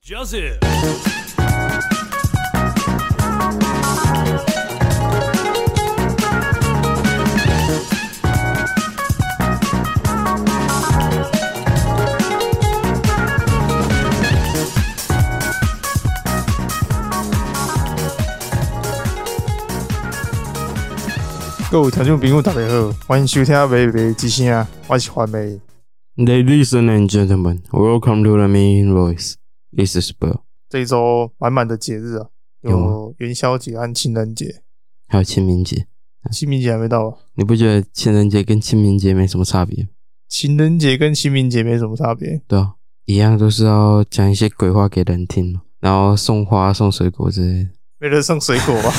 Joseph。各位听众朋友，大家好，欢迎收听《微微之声》啊，我是环美。 Ladies and gentlemen, welcome to the main voice. This is Bill，这一周满满的节日啊，有有吗元宵节和情人节，还有清明节。清明节还没到吧？你不觉得情人节跟清明节没什么差别？情人节跟清明节没什么差 别，对啊，一样都是要讲一些鬼话给人听嘛，然后送花、送水果之类的没人送水果 吧？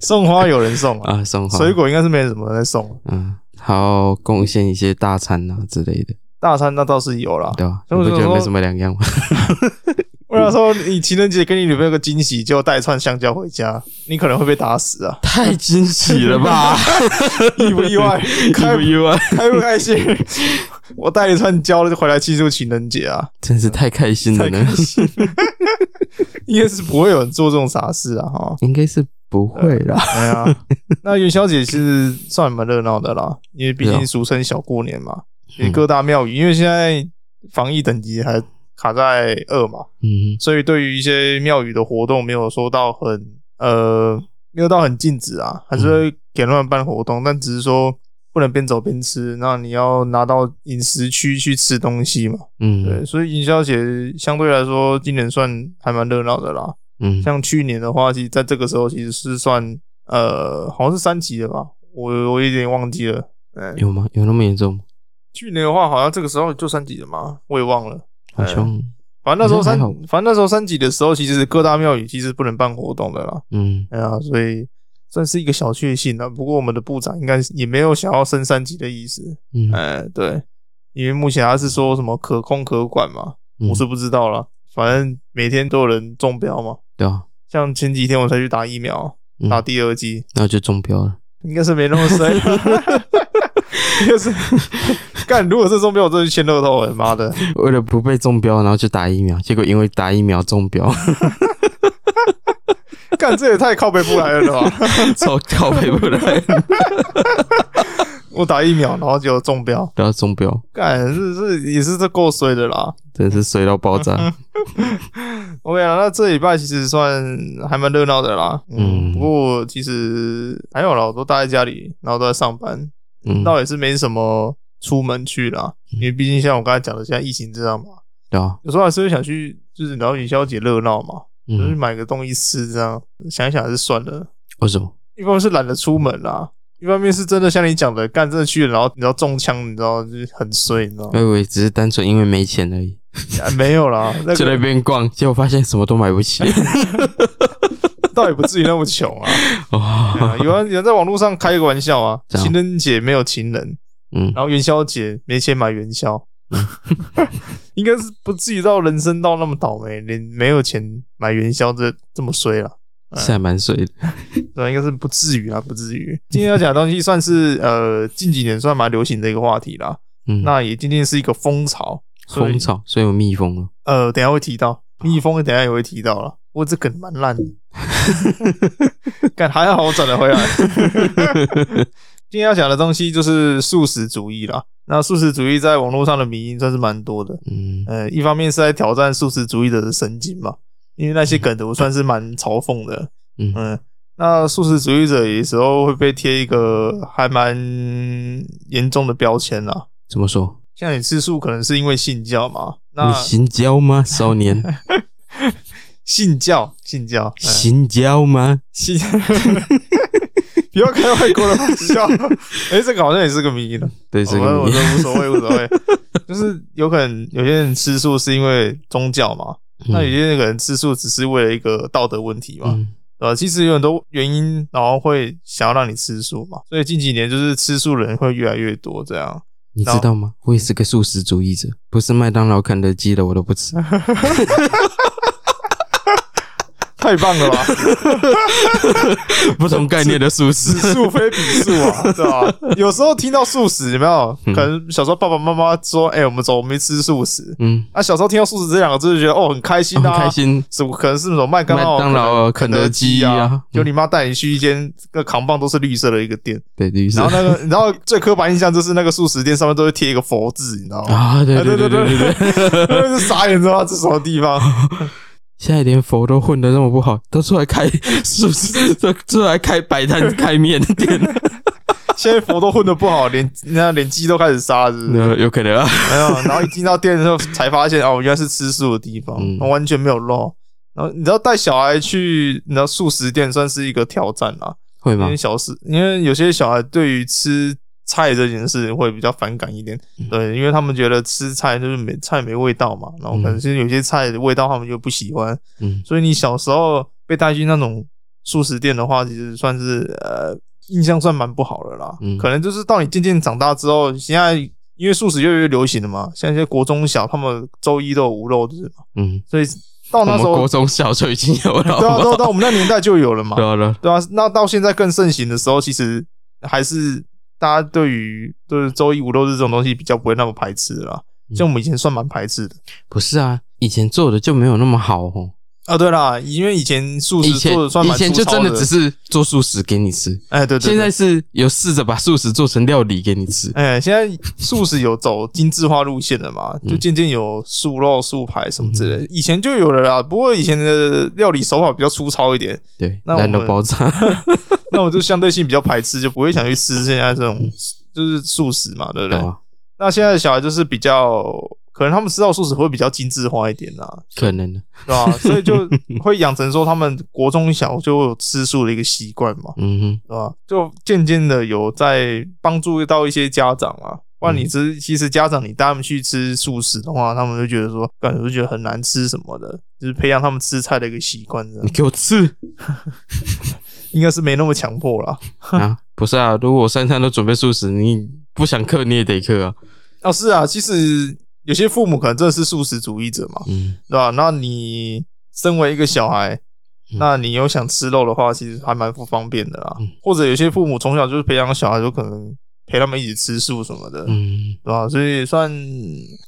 送花有人送啊，啊，送花、水，果应该是没什么人在送、啊。嗯，还有贡献一些大餐啊之类的，大餐那倒是有啦。对吧、那你我不就觉得说没什么两样吗？！我想说，你情人节给你女朋友个惊喜，就带一串香蕉回家，你可能会被打死啊 太惊喜了 吧！意不意外？开意外？开不开心？我带一串蕉就回来庆祝情人节啊！真是太开心了太呢。开，心了， 应该是不会有人做这种傻事啊，哈应该是不会啦。哎 呀，那元宵节其实算蛮热闹的啦，因为毕是竟啊俗称小过年嘛，因为嗯各大庙宇，因为现在防疫等级还卡在二嘛，嗯，所以对于一些庙宇的活动没有说到很呃，没有到很禁止啊，还是会给乱办活动，但只是说不能边走边吃，那你要拿到饮食区去吃东西嘛。对，嗯所以元宵节相对来说今年算还蛮热闹的啦。嗯，像去年的话，其实在这个时候其实是算呃，好像是三级的吧，我我有点忘记了。哎，有吗？有那么严重吗？去年的话好像这个时候就三级了嘛，我也忘了。好呃像，反正那时候好像三还好，反正那时候三级的时候，其实各大庙宇其实不能办活动的啦。嗯。哎呀，所以算是一个小确幸了。不过我们的部长应该也没有想要升三级的意思。嗯哎，对，因为目前他是说什么可控可管嘛，我是嗯、不知道啦，反正每天都有人中标嘛。对啊，像前几天我才去打疫苗，嗯打第二剂，那就中标了。应该是没那么 衰。就是干，如果是中标，我真的去签乐透了，妈的！为了不被中标，然后就打疫苗，结果因为打疫苗中 标，干，这也太靠北不来了 吧？超靠背 不来，我打疫苗，然后就中标，然后中标，干是是也是这够衰的啦。真是衰到爆炸。 OK 啊，那这礼拜其实算还蛮热闹的啦。嗯，嗯不过其实还有啦，我都待在家里，然后都在上班，嗯，倒也是没什么出门去啦。因为毕竟像我刚才讲的，现在疫情这样嘛，对啊，有时候还是会想去，就是然后元宵节热闹嘛，就去嗯，买个东西吃，这样想一想还是算了。为什么？一方面是懒得出门啦，一方面是真的像你讲的，干这去了，然后你知道中枪，你知道就是很衰，你知道哎我 吗？以为只是单纯因为没钱而已，啊没有啦，那就在那个边逛，结果发现什么都买不 起。倒也不至于那么穷 啊。对哦啊，有人有人在网络上开个玩笑啊，这样情人节没有情人，嗯，然后元宵节没钱买元宵，应该是不至于到人生到那么倒霉，连没有钱买元宵这这么衰了。是还蛮衰的。对，应该是不至于啦，不至于。今天要讲的东西算是呃近几年算蛮流行的一个话题啦，嗯，那也渐渐是一个风潮。所以蜂巢，所以有蜜蜂了。呃，等一下会提到蜜蜂，等一下也会提到了。不过这梗蛮烂的， 干还好我转得回来。今天要讲的东西就是素食主义啦。那素食主义在网络上的迷因算是蛮多的。嗯呃，一方面是在挑战素食主义者的神经嘛，因为那些梗图算是蛮嘲讽的。嗯嗯，那素食主义者有时候会被贴一个还蛮严重的标签啦。怎么说？像你吃素可能是因为信教嘛，那哎你行教吗，少 年？信教，信教，嗯行教吗？信， 不要开外国的玩笑。哎、这个好像也是个谜了。对，这我个哦我 谜说无所谓，无所谓。 就是有可能有些人吃素是因为宗教嘛，那有嗯些人可能吃素只是为了一个道德问题嘛，嗯呃，其实有很多原因，然后会想要让你吃素嘛。所以近几年就是吃素人会越来越多，这样。你然后知道吗？我也是个素食主义者， 不是麦当劳、肯德基的我都不吃。太棒了 吧！不同概念的素此食。树非彼树啊，对吧、有时候听到素食，有没有？嗯可能小时候爸爸妈妈说：“哎、我们走，我们去吃素食。 嗯，” 啊，小时候听到素食这两个字，就觉得哦，很开心很啊，开心。什么可能是什么麦当劳、麦当劳肯肯德基基啊啊？就你妈带你去一间那扛棒都是绿色的一个店，对，绿色然后那个，然后最刻板印象就是那个素食店上面都会贴一个佛字，你知道吗？啊，对啊对对对对对。对， 那就傻眼，知道吗这什么地方？ 现在连佛都混得这么不好，都出来开 素食，都出来开 摆摊、开面店，现在佛都混的不好，连那连鸡都开始杀，是不是？那有可能 啊。没有，然后一进到店的时候才发现，哦，原来是吃素的地方，嗯完全没有肉。然后你知道带小孩去，你知道素食店算是一个挑战啊啦，会因吗为？小事，因为有些小孩对于吃菜这件事情会比较反感一点，嗯对，因为他们觉得吃菜就是没菜没味道嘛，然后可能是有些菜的味道他们就不喜欢，嗯，所以你小时候被带去那种素食店的话，其实算是呃印象算蛮不好的啦。嗯可能就是到你渐渐长大之后，现在因为素食越来越流行了嘛，像一些国中小他们周一都有无肉日嘛，嗯，所以到我那们时候国中小就已经有了，好不对啊，好到到我们那年代就有了嘛， 对啊，对啊对啊，那到现在更盛行的时候，其实还是大家对于就是周一五六日这种东西比较不会那么排斥的啦。嗯像我们以前算蛮排斥的不是啊，以前做的就没有那么好哦。啊。对啦，因为以前素以食前做的算以蛮粗前就糙真的的只是做素食给你吃，哎，对对现对在是有试着把素食做成料理给你吃。哎，现在素食有走精致化路线了嘛，嗯就渐渐有素肉、素排什么之类的，以前就有了啦。不过以前的料理手法比较粗糙一点，对，那我懒得们爆炸。那我就相对性比较排斥，就不会想去吃现在这种嗯就是素食嘛，对不对？对啊，那现在的小孩就是比较，可能他们吃到素食会比较精致化一点啦、啊可能的。对吧、所以就会养成说他们国中小就有吃素的一个习惯嘛，嗯哼，对吧、就渐渐的有在帮助到一些家长啊。不然你吃，其实家长你带他们去吃素食的话，他们就觉得说，感觉就觉得很难吃什么的，就是培养他们吃菜的一个习惯， 这样你给我吃应该是没那么强迫啦。啊！不是啊，如果我三餐都准备素食，你不想克你也得克啊。哦，是啊，其实有些父母可能真的是素食主义者嘛，嗯，对吧、那你身为一个小孩，嗯那你有想吃肉的话，其实还蛮不方便的啦。嗯或者有些父母从小就是培养小孩，就可能陪他们一起吃素什么的，嗯，对吧、所以也算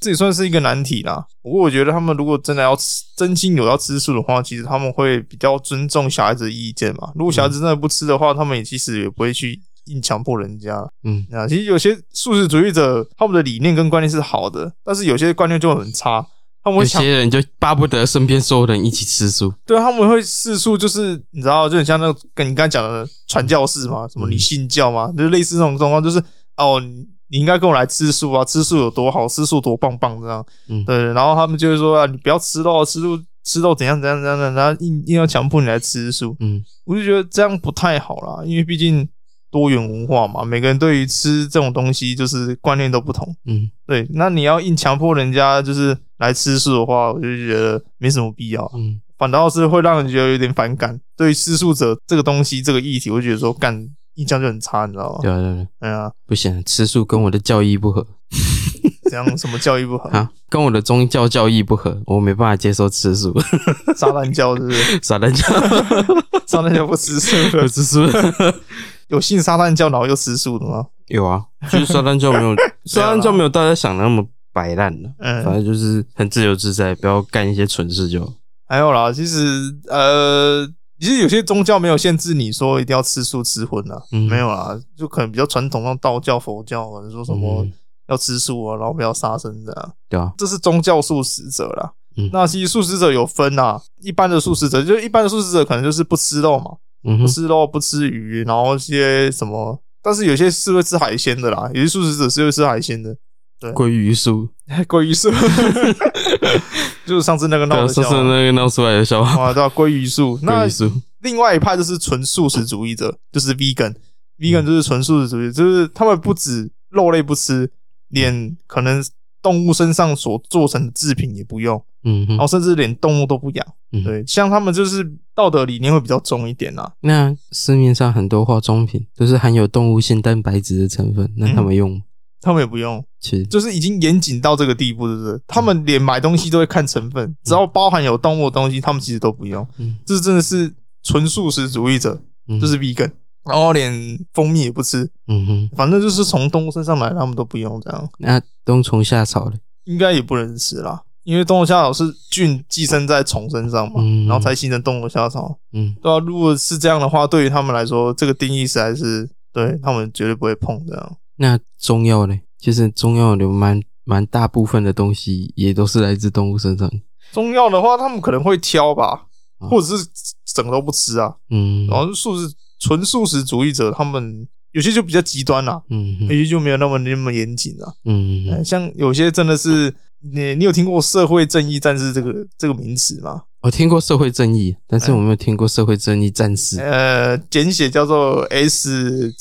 这也算是一个难题啦。不过我觉得他们如果真的要吃，真心有要吃素的话，其实他们会比较尊重小孩子的意见嘛。如果小孩子真的不吃的话，他们也其实也不会去。硬强迫人家，嗯，啊，其实有些素食主义者他们的理念跟观念是好的，但是有些观念就很差，他们有会强些人就巴不得身边所有人一起吃素。对，他们会四处就是你知道，就很像那个跟你刚才讲的传教士嘛，什么你信教嘛，就是类似那种状况，就是哦，你你应该跟我来吃素啊，吃素有多好，吃素多棒棒这样。嗯对，然后他们就会说啊，你不要吃肉，吃肉吃肉怎样怎样怎样，怎样，然后硬硬要强迫你来吃素，嗯，我就觉得这样不太好啦，因为毕竟多元文化嘛，每个人对于吃这种东西就是观念都不同。嗯，对，那你要硬强迫人家就是来吃素的话，我就觉得没什么必要。嗯，反倒是会让人觉得有点反感。对于失速者这个东西，这个议题，我就觉得说干印象就很差，你知道吗？对啊，对啊对啊，嗯啊，不行，吃素跟我的教义不合这样什么教育不好， 啊，跟我的宗教教义不合，我没办法接受吃素。 撒旦教是不是？撒旦教撒旦教不吃素有 的，吃素？有信撒旦教然后又吃素的吗？有啊，就是撒旦教没有， 撒旦教没有大家想的那么摆烂了。嗯反正就是很自由自在，不要干一些蠢事就好。还有啦，其实呃，其实有些宗教没有限制你说一定要吃素吃荤啊，嗯没有啦，就可能比较传统，像道教、佛教，啊或者说什么嗯要吃素啊，然后不要杀生的、啊，对啊，这是宗教素食者啦。嗯那其实素食者有分啊，一般的素食者就是一般的素食者可能就是不吃肉嘛，嗯不哼，吃肉、不吃鱼，然后一些什么，但是有些是会吃海鲜的啦，有些素食者是会吃海 鲜的，鲑鱼酥，鲑鱼素， 就是上次那个闹对啊，的上笑次话。那个闹出来的笑 话，啊，对啊，鲑鱼素。那鲑鱼酥，另外一派就是纯素食主义者，就是 vegan。vegan 嗯就是纯素食主义，就是他们不止肉类不吃，连可能动物身上所做成的制品也不用，嗯然后哼，甚至连动物都不养。嗯哦对，像他们就是道德理念会比较重一点啊啦。嗯那市面上很多化妆品都是含有动物性蛋白质的成分，那他们用吗他们也不用，其实就是已经严谨到这个地步，是不是？他嗯们连买东西都会看成分，只要包含有动物的东西，他们其实都不用。嗯这真的是纯素食主义者，嗯就是 vegan，然后连蜂蜜也不吃，嗯哼，反正就是从动物身上买，他们都不用这样。那冬虫夏草嘞，应该也不能吃啦，因为动物夏草是菌寄生在虫身上嘛，嗯然后才形成动物夏草。嗯对啊，如果是这样的话，对于他们来说，这个定义实在是对他们绝对不会碰这样。那中药呢？其实中药有蛮蛮大部分的东西也都是来自动物身上。中药的话，他们可能会挑吧，啊或者是整个都不吃啊。嗯，然后素食纯素食主义者，他们有些就比较极端啦、嗯有哼些就没有那么那么严谨啊。嗯哼，哎像有些真的是你，你有听过“社会正义战士”这个这个名词吗？我听过社会正义，但哎是我没有听过社会正义战士。呃，简写叫做 SJW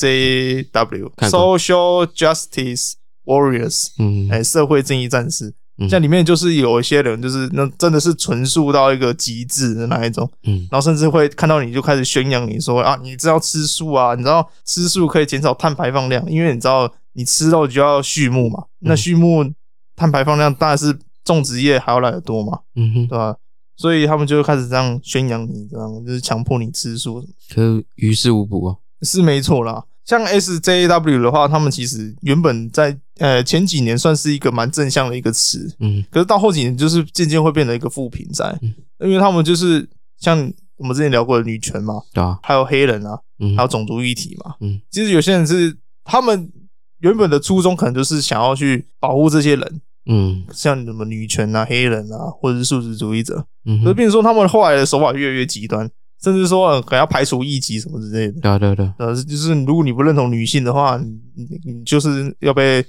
看过 Social Justice Warriors，嗯哎、社会正义战士。嗯像里面就是有一些人，就是那真的是纯素到一个极致的那一种，嗯然后甚至会看到你就开始宣扬你说啊，你知道吃素啊，你知道吃素可以减少碳排放量，因为你知道你吃肉就要畜牧嘛，那嗯畜牧碳排放量当然是种植业还要来得多嘛，嗯哼，对吧、所以他们就会开始这样宣扬你，这样就是强迫你吃素什么的可是于事无补哦。是没错啦。像 SJW 的话，他们其实原本在呃前几年算是一个蛮正向的一个词，嗯可是到后几年就是渐渐会变成一个负评在嗯，因为他们就是像我们之前聊过的女权嘛，对啊，还有黑人啊，嗯还有种族议题嘛。嗯，其实有些人是他们原本的初衷可能就是想要去保护这些人，嗯像什么女权啊、黑人啊，或者是素食主义者。嗯可是哼，变成说他们后来的手法越来越极端，甚至说呃可能要排除异己什么之类的。对啊对啊对啊，呃，就是如果你不认同女性的话，你你你就是要被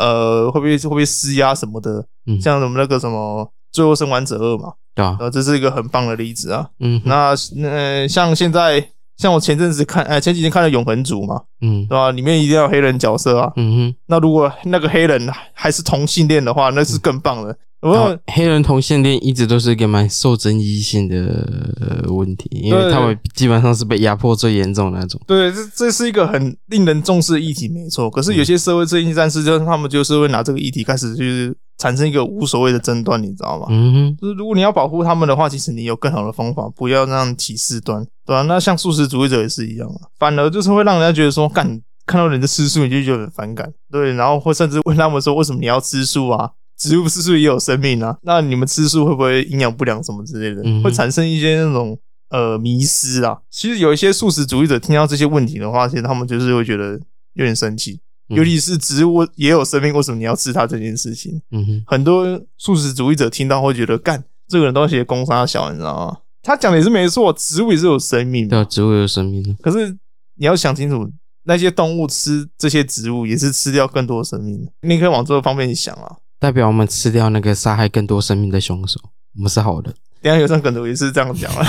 呃会被会被施压什么的，嗯像什么那个什么《最后生还者二》嘛，对啊，呃，这是一个很棒的例子啊。嗯哼那呃，像现在像我前阵子看，呃，前几天看了《永恒族》嘛，嗯对吧？里面一定要有黑人角色啊。嗯哼，那如果那个黑人还是同性恋的话，那是更棒了。我、然后黑人同性恋一直都是一个蛮受争议性的呃问题，因为对他们基本上是被压迫最严重的那种。对，这这是一个很令人重视的议题，没错。可是有些社会正义战士，就是他们就是会拿这个议题开始就是产生一个无所谓的争端，你知道吗？嗯哼，就是如果你要保护他们的话，其实你有更好的方法，不要让歧视端，对啊？那像素食主义者也是一样啊，反而就是会让人家觉得说，干看到人家吃素你就觉得很反感，对，然后会甚至问他们说，为什么你要吃素啊？植物吃素也有生命啊，那你们吃素会不会营养不良什么之类的，嗯哼会产生一些那种呃迷失啊。其实有一些素食主义者听到这些问题的话，其实他们就是会觉得有点生气，嗯尤其是植物也有生命，为什么你要吃它这件事情？嗯哼，很多素食主义者听到会觉得，干这个人都写攻杀小，你知道吗？他讲的也是没错，植物也是有生命对的。啊，植物有生命了。可是你要想清楚，那些动物吃这些植物也是吃掉更多的生命的。你可以往这个方面想啊。代表我们吃掉那个杀害更多生命的凶手，我们是好人。等一下有上梗图也是这样讲 啊，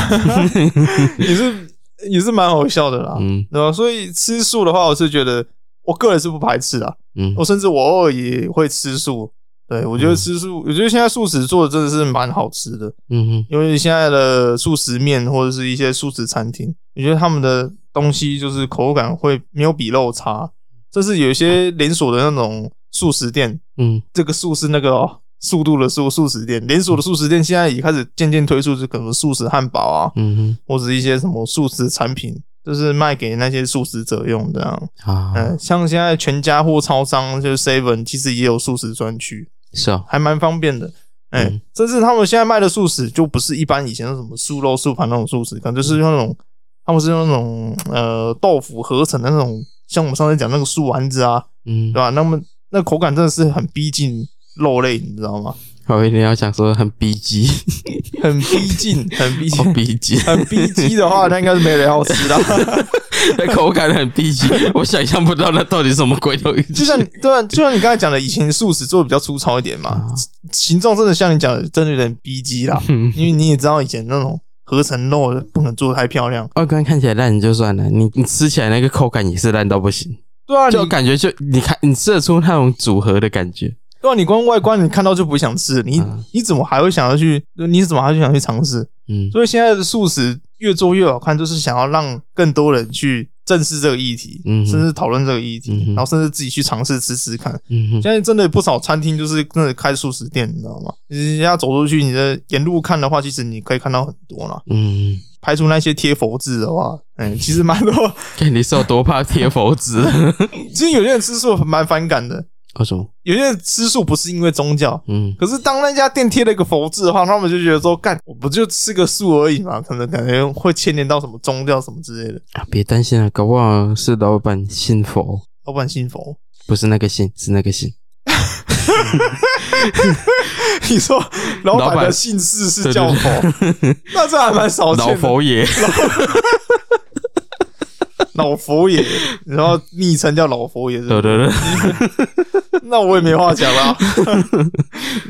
也是也是蛮好笑的啦。嗯对吧？啊所以吃素的话，我是觉得我个人是不排斥的啊，嗯我甚至我偶尔也会吃素。对，我觉得吃素，我觉得现在素食做的真的是蛮好吃的。嗯哼因为现在的素食面或者是一些素食餐厅，我觉得他们的东西就是口感会没有比肉嗯差，这是有一些连锁的那种素食店，嗯这个素是那个、哦、速度的速素食店，连锁的素食店现在也开始渐渐推出这可能素食汉堡啊，嗯或者一些什么素食产品，就是卖给那些素食者用这样。哼啊，嗯，像现在全家或超商就是 Seven，其实也有素食专区，是啊、还蛮方便的。哎、嗯甚至他们现在卖的素食就不是一般以前的什么素肉、素盘那种素食，可能就是那种他们是那种呃豆腐合成的那种，像我们上次讲那个素丸子啊，嗯对，吧？那么那口感真的是很逼近肉类，你知道吗？我一定要想说很 逼急，很逼近， 很逼好近。逼急，很逼近的话，那应该是没人要吃 的。口感很逼 急，我想象不到那到底是什么鬼东西。就像对啊，就像你刚才讲的，以前素食做的比较粗糙一点嘛啊，形状真的像你讲的，真的有点逼近啦。嗯，因为你也知道以前那种合成肉的不可能做的太漂亮，外观看起来烂就算了，你你吃起来那个口感也是烂到不行，对啊，你就感觉就你看你吃得出那种组合的感觉。对啊，你光外观你看到就不想吃，你、嗯你怎么还会想要去？你怎么还会想去尝试？嗯所以现在的素食越做越好看，就是想要让更多人去正视这个议题，嗯哼甚至讨论这个议嗯题，哼然后甚至自己去尝试吃吃看。嗯哼，现在真的不少餐厅就是真的开素食店，你知道吗？你要走出去，你的沿路看的话，其实你可以看到很多啦。嗯，排除那些贴佛字的话，哎、其实蛮多。 看你是有多怕贴佛纸？其实有些人吃素蛮反感的，为什么？有些人吃素不是因为宗教，嗯可是当那家店贴了一个佛字的话，他们就觉得说，干，我不就吃个素而已嘛，可能感觉会牵连到什么宗教什么之类的。啊，别担心啊，搞不好是老板信佛，老板信佛， 不是那个信，是那个信。你说老老板板的姓氏是叫佛，那这还蛮少见 老的。佛爷，老佛爷，然后昵称叫老佛爷是不是，对对对，那我也没话讲 啦，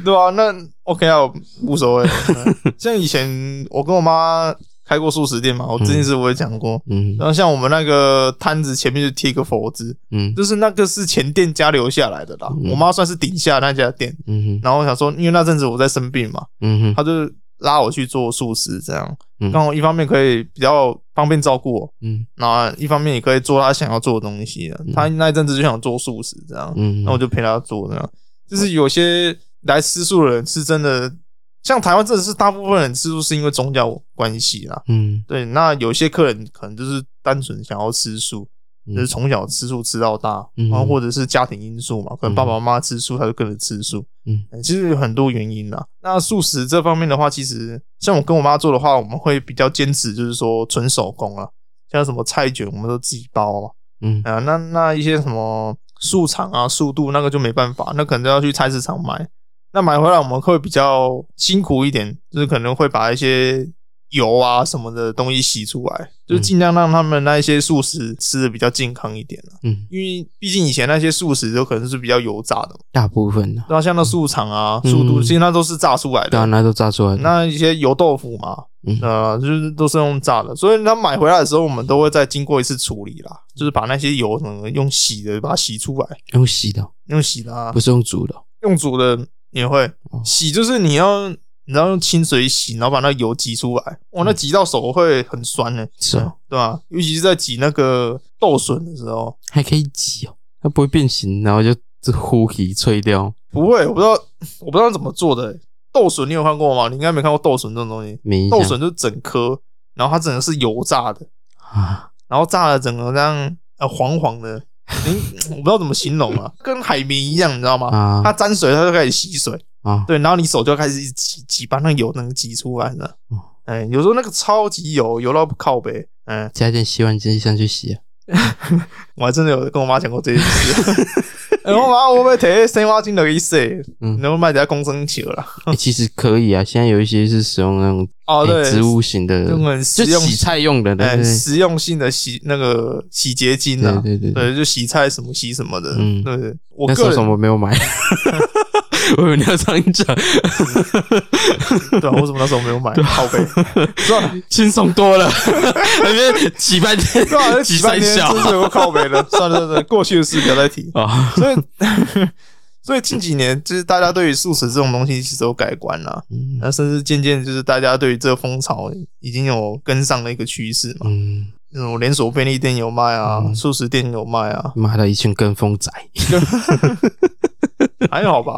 对吧、那 OK 啊，无所谓。 像以前我跟我妈开过素食店嘛，我这件事我也讲过。嗯然后像我们那个摊子前面就贴一个佛字，嗯就是那个是前店家留下来的啦。嗯我妈算是顶下那家店，嗯哼然后我想说，因为那阵子我在生病嘛，嗯哼，她就拉我去做素食，这样嗯让我一方面可以比较方便照顾我，嗯那一方面也可以做她想要做的东西了。她那一阵子就想做素食，这样，嗯，那我就陪她做这样。就是有些来吃素的人是真的，像台湾真的是大部分人吃素是因为宗教关系啦。嗯对，那有些客人可能就是单纯想要吃素，嗯就是从小吃素吃到大，嗯然后或者是家庭因素嘛，可能爸爸妈妈吃素，他就跟着吃素。嗯呃，其实有很多原因啦。那素食这方面的话，其实像我跟我妈做的话，我们会比较坚持，就是说纯手工啊，像什么菜卷我们都自己包嘛。嗯啊、那那一些什么素肠啊、速度那个就没办法，那可能就要去菜市场买。那买回来我们会比较辛苦一点，就是可能会把一些油啊什么的东西洗出来，就是嗯尽量让他们那一些素食吃的比较健康一点啊嗯，因为毕竟以前那些素食都可能是比较油炸的嘛，大部分呢，那像那素肠啊、嗯速度，其实那都是炸出来对啊，的。那都炸出来的。那一些油豆腐嘛，嗯呃，就是都是用炸的，所以它买回来的时候，我们都会再经过一次处理啦，就是把那些油什么用洗的把它洗出来，用洗的哦，用洗的啊不，是用煮的哦。用煮的也会哦洗，就是你要你要用清水洗，然后把那油挤出来，哇，那挤到手会很酸呢、嗯是哦，对吧、尤其是在挤那个豆笋的时候，还可以挤哦，它不会变形，然后就就呼吸吹掉。不会，我不知道我不知道怎么做的、欸豆笋你有看过吗？你应该没看过豆笋这种东西，没印豆象笋就是整颗，然后它整个是油炸的。啊，然后炸了整个这样呃黄黄 的，您我不知道怎么形容啊，跟海绵一样，你知道吗？啊它沾水，它就开始吸水，啊，对，然后你手就开始一直挤挤，把那个油能挤出来呢哦。哎，有时候那个超级油，油到靠背。嗯，加点洗碗机上去洗啊。我还真的有跟我妈讲过这件 事。然后妈，我会提生花精的意思，嗯嗯，能不能买点公升球啦？欸其实可以啊，现在有一些是使用那种哦，欸对，植物型的，就很就实用，洗菜用的，对哎，对实用性的洗那个洗洁精啊，对对对对。对，就洗菜什么洗什么的，嗯对对。我那时个候人怎么没有买？ 我以为你要这样讲，对啊，为什么那时候没有 买？靠背，算了，轻松多了， 那边挤半天，对啊，挤几半三天小真是有个靠背的。算了算了，过去的事不要再 提。啊，所以，所以近几年就是大家对于素食这种东西其实有改观啦，嗯那甚至渐渐就是大家对于这个风潮已经有跟上了一个趋势嘛。嗯，那种连锁便利店有卖啊，嗯素食店有卖啊，妈的，一群跟风仔，还好吧？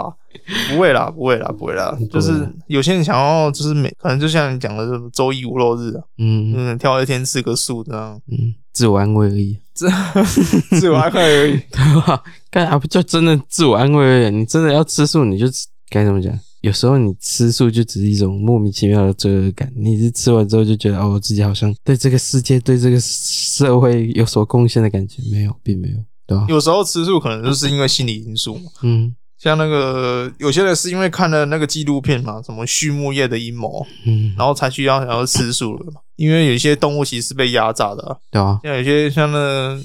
不会啦，不会啦，不会啦。不就会是有些人想要，就是每可能就像你讲的，什么周一无肉日啊，嗯嗯，挑一天吃个素这 样，嗯，自我安慰而已，自我安慰而已。对吧？ 干啊，不就真的自我安慰而已？你真的要吃素，你就该怎么讲？有时候你吃素就只是一种莫名其妙的罪恶感，你是吃完之后就觉得哦，我自己好像对这个世界、对这个社会有所贡献的感觉，没有，并没有，对吧？有时候吃素可能就是因为心理因素嘛，嗯像那个有些人是因为看了那个纪录片嘛，什么畜牧业的阴谋，嗯，然后才需要想要吃素了嘛。因为有些动物其实是被压榨的啊、对吧？像有些像那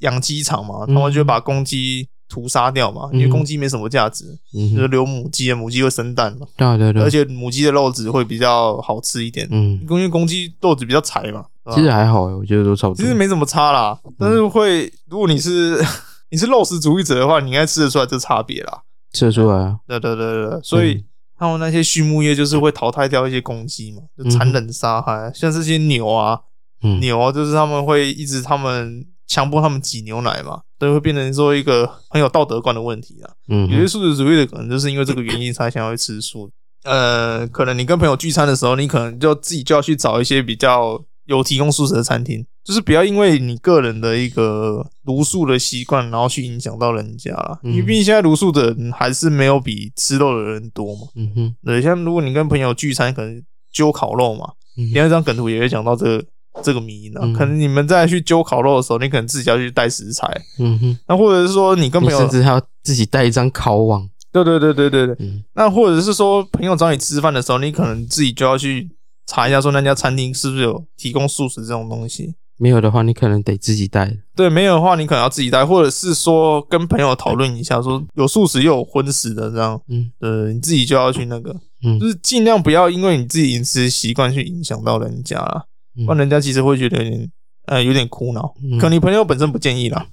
养鸡场嘛，他嗯们就把公鸡屠杀掉嘛，因为嗯公鸡没什么价值，嗯就是哼，留母鸡，母鸡会生蛋嘛，对啊对啊对啊而，且母鸡的肉质会比较好吃一点，嗯，因为公鸡肉质比较柴嘛。对吧其实还嗯好欸，我觉得都差不其多。实没怎么差啦，但是会，如果你是 你是肉食主义者的话，你应该吃得出来这差别啦。吃得出来啊，对对对对对，所以他们那些畜牧业就是会淘汰掉一些公鸡嘛，就残忍杀害，像这些牛啊，嗯，牛啊，就是他们会一直他们强迫他们挤牛奶嘛，所以会变成说一个很有道德观的问题啊。嗯有些哼，素食主义的可能就是因为这个原因才想要去吃素。呃，可能你跟朋友聚餐的时候，你可能就自己就要去找一些比较有提供素食的餐厅，就是不要因为你个人的一个茹素的习惯，然后去影响到人家啦。嗯因为毕竟现在茹素的人还是没有比吃肉的人多嘛。嗯哼，对，像如果你跟朋友聚餐，可能揪烤肉嘛，嗯第二张梗图也会讲到这个这个迷呢、嗯可能你们在去揪烤肉的时候，你可能自己要去带食材，嗯哼，那或者是说你跟你朋甚友，至还要自己带一张烤网，对对对对对对，嗯那或者是说朋友找你吃饭的时候，你可能自己就要去查一下，说那家餐厅是不是有提供素食这种东西。没有的话，你可能得自己带。对，没有的话，你可能要自己带，或者是说跟朋友讨论一下，说有素食又有荤食的这样，嗯呃，你自己就要去那个，嗯就是尽量不要因为你自己饮食习惯去影响到人家啦，嗯不然人家其实会觉得有点呃有点苦恼。嗯可能你朋友本身不建议啦，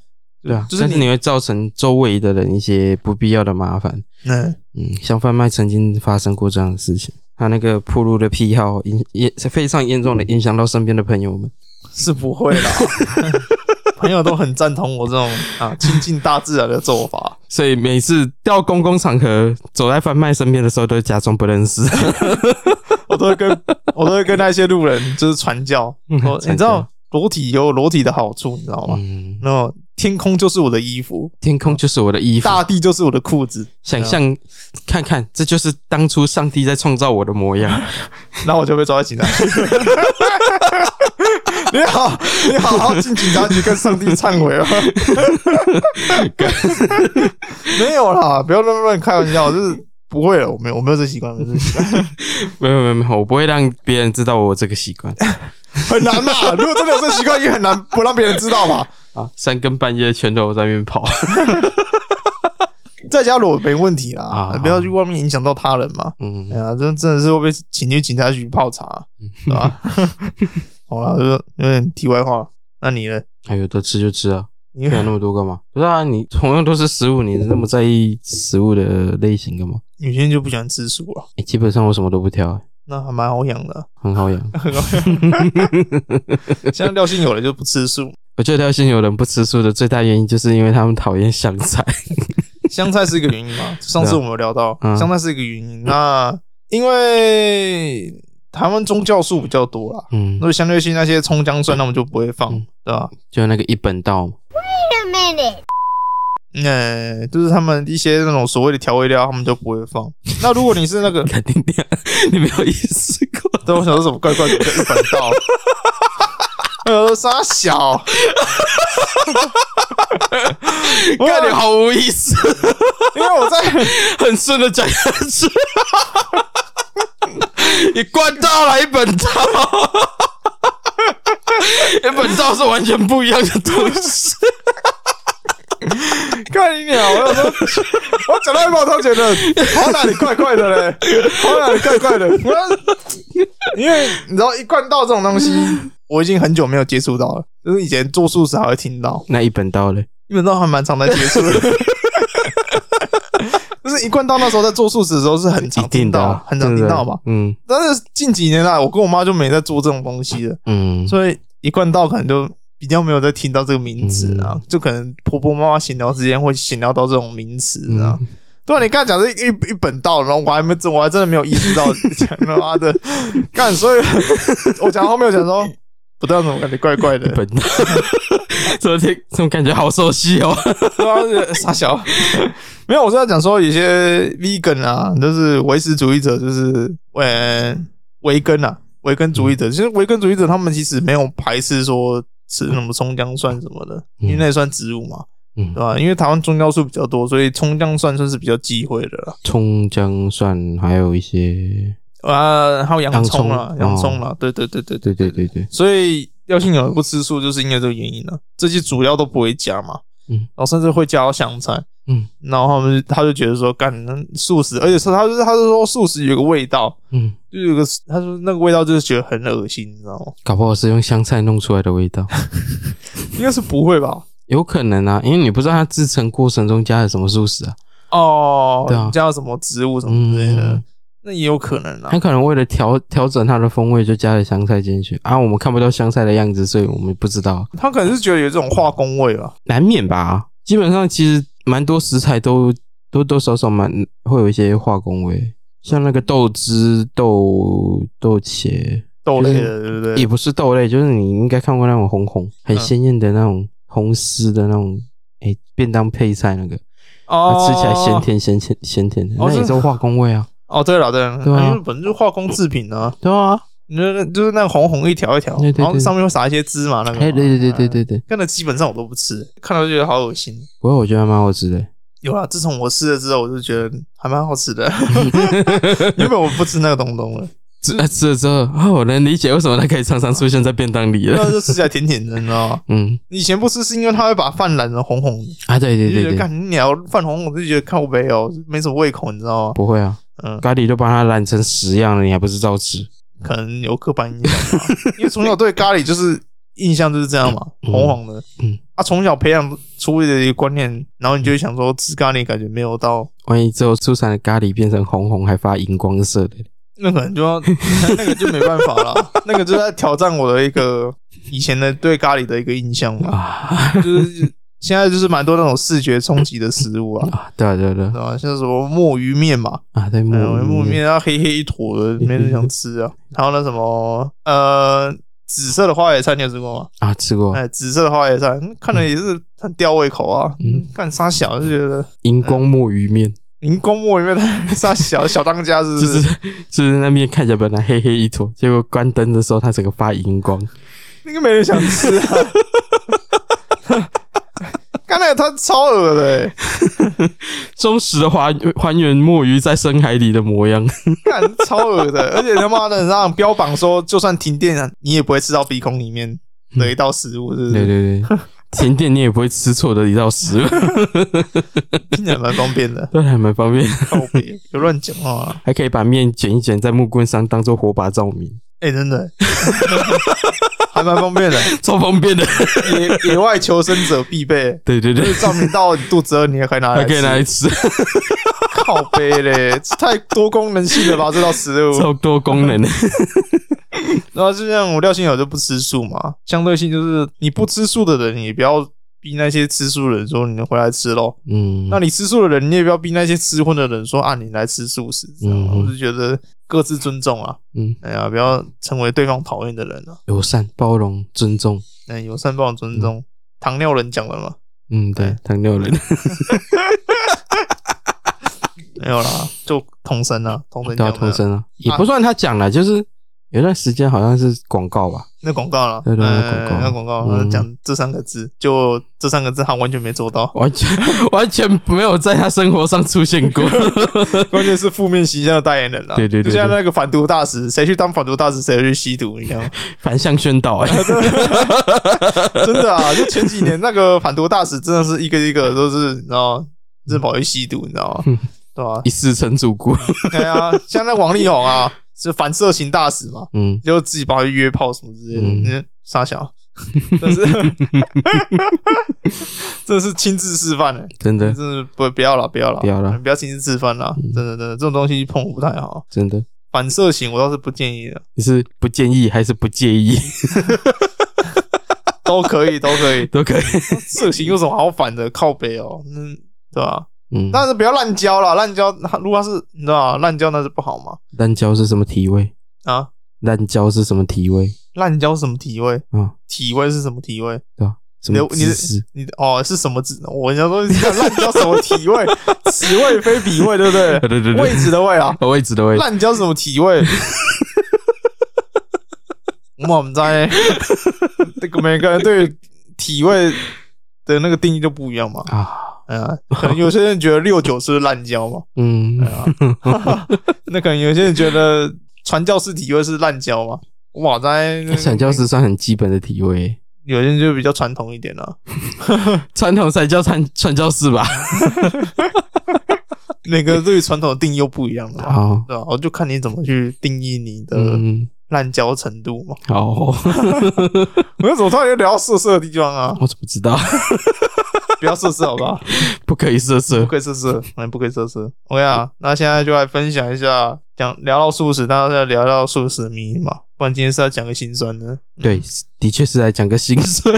对啊，就是但是你你会造成周围的人一些不必要的麻烦。嗯嗯，像贩卖曾经发生过这样的事情，他那个铺路的癖好影也是非常严重的影响到身边的朋友们。是不会 啦，朋友都很赞同我这种 啊亲近大自然的做法。所以每次到公共场合，走在贩卖身边的时候，都假装不认识。我都会跟我都会跟那些路人就是传教，嗯说你传教知道裸体有裸体的好处，你知道吗？ 嗯，然后天空就是我的衣 服，天空就是我的衣服，大地就是我的裤子，想象看看，这就是当初上帝在创造我的模 样。然后我就被抓在警察 局。你好，你好好进警察局跟上帝忏悔吧。 没有啦，不要乱乱开玩笑，就是不会了，我没有我没有这习惯，没有这习惯，没有没有没有，我不会让别人知道我有这个习惯很难 嘛。如果真的有这习惯，也很难不让别人知道嘛。啊，三更半夜全都在那边跑。在家裸没问题啦，啊不要去外面影响到他人嘛。嗯哎，呀，真真的是会被请去警察局泡茶，是 吧？好了，就是有点题外话了。那你呢？还有的吃就吃啊，你想那么多干 嘛？不是啊，你同样都是食物，你那么在意食物的类型干嘛？有些人就不喜欢吃素啊，欸基本上我什么都不挑、欸，那还蛮好养 的啊。很好养。像廖信有的就不吃素，我觉得廖星有人不吃素的最大原因，就是因为他们讨厌香菜。香菜是一个原因嘛。上次我们有聊到嗯香菜是一个原因，那因为台湾宗教素比较多啦，嗯，所以相对性那些葱姜蒜他们就不会放嗯，对吧？ 就那个一本道嘛。 Wait a minute. 嗯，就是他们一些那种所谓的调味料，他们就不会放。那如果你是那 个肯定的呀， 你没有意识过。 对，我想说什么怪怪的，日本道。 哎呦，傻小！我看你毫无意思，因为 我在，很顺的讲下去。 你关到了一本道， 一本道是完全不一样的东西。看你鸟！我想说，我讲到一半，我突然觉得好哪里怪怪的嘞，好哪里怪怪的。我要因为你知道，一贯道这种东西，我已经很久没有接触到了，就是以前做素食还会听到， 那一本道嘞？一本道还蛮常在接触 的。就是一贯道那时候在做素食的时候是很一常听定的到，啊，很常听到嘛。真的。嗯但是近几年来，我跟我妈就没在做这种东西了，嗯，所以一贯道可能就比较没有在听到这个名词嗯啊，就可能婆婆妈妈闲聊之间会闲聊到这种名词啊。嗯对啊，你刚才讲这一一本道，然后我还没真，我还真的没有意识到， 讲他妈的干，所以我讲到后面我讲说，不知道怎么感觉怪怪的一，本道， 昨天怎么感觉好熟悉哦？ 对啊，傻小，没有，我是要讲说有些 vegan 啊，就是唯食主义者，就是呃维根啊，维根主义者，其实维根主义者他们其实没有排斥说吃什么葱姜蒜什么的，因为那也算植物嘛，嗯对吧、因为台湾中药素比较多，所以葱姜蒜算是比较忌讳的了。 葱姜蒜，还有一些，啊，还有洋葱哦啦，洋洋葱葱啦，对对对对对， 对对对对，所以廖信友不吃素就是因为这个原因了、这些主要都不会加嘛，嗯然后甚至会加到香菜。嗯然后他们就他就觉得说，干那素食，而且说他就是他就说素食有个味道，嗯，就有个他说那个味道就是觉得很恶心，你知道吗？搞不好是用香菜弄出来的味 道，嗯应该是不会吧？有可能啊，因为你不知道它制成过程中加了什么素食啊。哦，对啊加了什么植物什么之类的。嗯那也有可能啊他。可能为了调调整它的风味，就加了香菜进去啊。我们看不到香菜的样子，所以我们不知道，他可能是觉得有这种化工味吧。难免吧。基本上其实蛮多食材都多多少少蛮会有一些化工味，像那个豆汁、豆豆茄，豆类就的，对不对？也不是豆类，就是你应该看过那种红红很嗯鲜艳的那种红丝的那种，哎、便当配菜那个，它哦吃起来咸。甜咸甜咸甜的，哦那也是是化工味啊。哦，对了，对了，对啊因为本身就是化工制品啊，对啊，你那那就是那个红红一条一条对对，对然后上面会撒一些芝麻那个嘛。哎、对对对对嗯，对对，看的基本上我都不吃，看到就觉得好恶心。不过我觉得还蛮好吃的。有啦，自从我吃了之后，我就觉得还蛮好吃 的。原本我不吃那个东东了，吃呃吃了之后啊、我能理解为什么它可以常常出现在便当里那了。就吃起来甜甜的，你知道吗？嗯以前不吃是因为它会把饭染得红红的，啊，对对就觉对得对，干你鸟饭红，我就觉得靠北哦，没什么胃口，你知道吗？不会啊，嗯，咖喱都把它染成屎样了，你还不是照吃？可能有刻板印象 吧，因为从小对咖喱就是印象就是这样嘛，嗯红红的。嗯，啊，从小培养出的一个观念，然后你就会想说吃咖喱感觉没有到，万一之后出产的咖喱变成红红还发荧光色的，那可能就要 那个就没办法了，那个就在挑战我的一个以前的对咖喱的一个印象嘛，啊就是现在就是蛮多那种视觉冲击的食物啊。啊，对啊对啊对啊对吧？像什么墨鱼面嘛，啊，对木嗯，墨鱼鱼面面它黑黑一坨的，没人想吃 啊。还有那什么，呃，紫色的花椰菜，你有吃过吗？啊吃过哎，紫色的花椰菜，嗯看了也是很吊胃口啊。嗯嗯，看沙小就觉得荧光木鱼面，荧光墨里面的 沙小小当哎家是不？就是是 就是那面看起来本来黑黑一坨，结果关灯的时候它整个发荧光，那个没人想吃啊。刚才他超恶的、欸，忠实的还还原墨鱼在深海里的模样。干超恶的，而且他妈的让标榜说，就算停电了，你也不会吃到鼻孔里面的一道食物，是不是？嗯对对 对，甜点你也不会吃错的一道食物，，听起来蛮方便的对，还蛮方便，靠别别乱讲话、啊。还可以把面卷一卷在木棍上当做火把照明，哎、真的、 还蛮方便的，超方便的。 野野外求生者必备。对 对就对是，照明到你肚子饿，你也可以拿来还吃。可以拿来吃，靠背嘞，这太多功能性了吧？这道食物。 超多功能的。然后就像我廖星友就不吃素嘛，相对性就是你不吃素的人，也不要逼那些吃素的人说你回来吃咯。嗯，那你吃素的人，你也不要逼那些吃荤的人说啊，你来吃素食。知道吗嗯我是觉得各自尊重啊，嗯，哎呀，不要成为对方讨厌的人啊。友善、包容、尊重。嗯，友善包容尊重，糖尿人讲的嘛，嗯，对对，糖尿人，没有啦，就童声啊，童声对啊，讲童的生啊，也不算他讲了，就是有段时间好像是广告吧，那广告啦，对对嗯那广告那广告，嗯，他讲这三个字，就这三个字，他完全没做到完全 完全没有在他生活上出现过。 关键是负面形象的代言人啦。啊对对对就像对那个反毒大使，谁去当反毒大使，谁就去吸毒一样， 反向宣导，哎， 真的啊！就前几年那个反毒大使，真的是一个一个都是，你知道，就是跑去吸毒，你知道嗯吗？对吧、一世成主顾。对啊，像那王力宏啊，是反色情大使嘛，嗯，就自己跑去约炮什么之类的，嗯你傻 小，但是 这是亲自示范欸的，真的真，是不不要了，不要了，不要嗯啦不要亲自示范了，真的真的这种东西碰不太好。真的。反射型我倒是不建议的，你是不建议还是不介意 都可以，都可 。以都可以。色情有什么好反的？靠北哦，嗯，对吧？嗯，但是不要滥交啦，滥交如果是你知道吧滥交那是不好嘛。烂椒是什么体味？啊，烂椒是什么体味？滥交什么体位？啊，体位是什么体位？对吧？什你么的你的姿 势？你的哦是什么指？我想说你想滥交什么体 位？此位非彼位，对不对？对对 位置的位啊，哦位置的位，滥交什么体 位？我们在欸这个每个人对体位的那个定义都不一样嘛。啊，哎呀，可能有些人觉得六九是滥交嘛，嗯哎，呀，那可能有些人觉得传教士体位是滥交嘛。哇，在散椒是算很基本的体味，有些人就比较传统一点啊了、传统散椒传传教士吧？每个人对于传统的定义又不一样了嘛。 好，对啊，我就看你怎么去定义你的哦嗯，滥交程度嘛。好， 我我怎么突然又聊到色色的地方啊？ 怎么知道？不不要色色好不好？不可以色色不。可以色色，嗯，不可以色色。OK 啊，那现在就来分享一下，讲聊到素食，大家要聊到素食的迷因嘛，不然今天是要讲个心酸的。对，的确是来讲个心酸。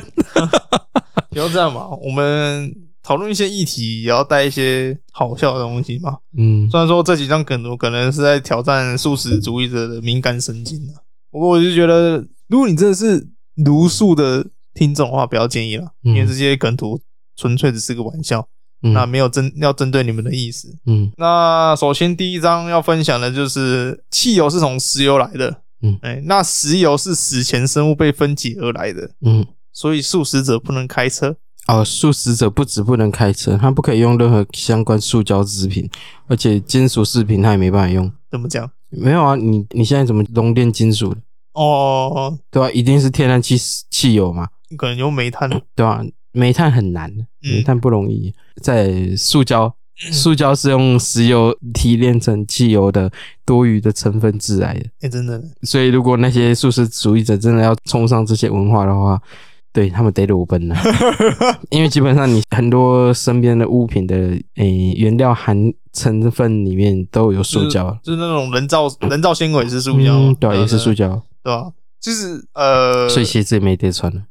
不要这样嘛，我们讨论一些议题，也要带一些好笑的东西嘛。 嗯，虽然说这几张梗图可能是在挑战素食主义者的敏感神经啊，不过我就觉得，如果你真的是如素的听众的话，不要建议了，嗯因为这些梗图纯粹只是个玩笑，嗯那没有针要针对你们的意思。嗯那首先第一章要分享的就是汽油是从石油来的，嗯哎、那石油是史前生物被分解而来的，嗯，所以素食者不能开车。哦，素食者不止不能开车，他不可以用任何相关塑胶制品，而且金属饰品他也没办法用。怎么讲？没有啊，你你现在怎么熔炼金属的？哦，对啊，一定是天然气汽油嘛，可能用煤炭。对啊，煤炭很难，嗯煤炭不容易。在塑胶，塑胶是用石油提炼成汽油的多余的成分制来的。哎、真的，所以，如果那些素食主义者真的要冲上这些文化的话，对他们得裸奔了，啊 因为基本上你很多身边的物品的诶、原料含成分里面都有塑胶，就是那种人造人造纤维是塑胶、嗯，对啊，也是塑胶，胶，对吧、就是呃，所以鞋子也没得穿啊了。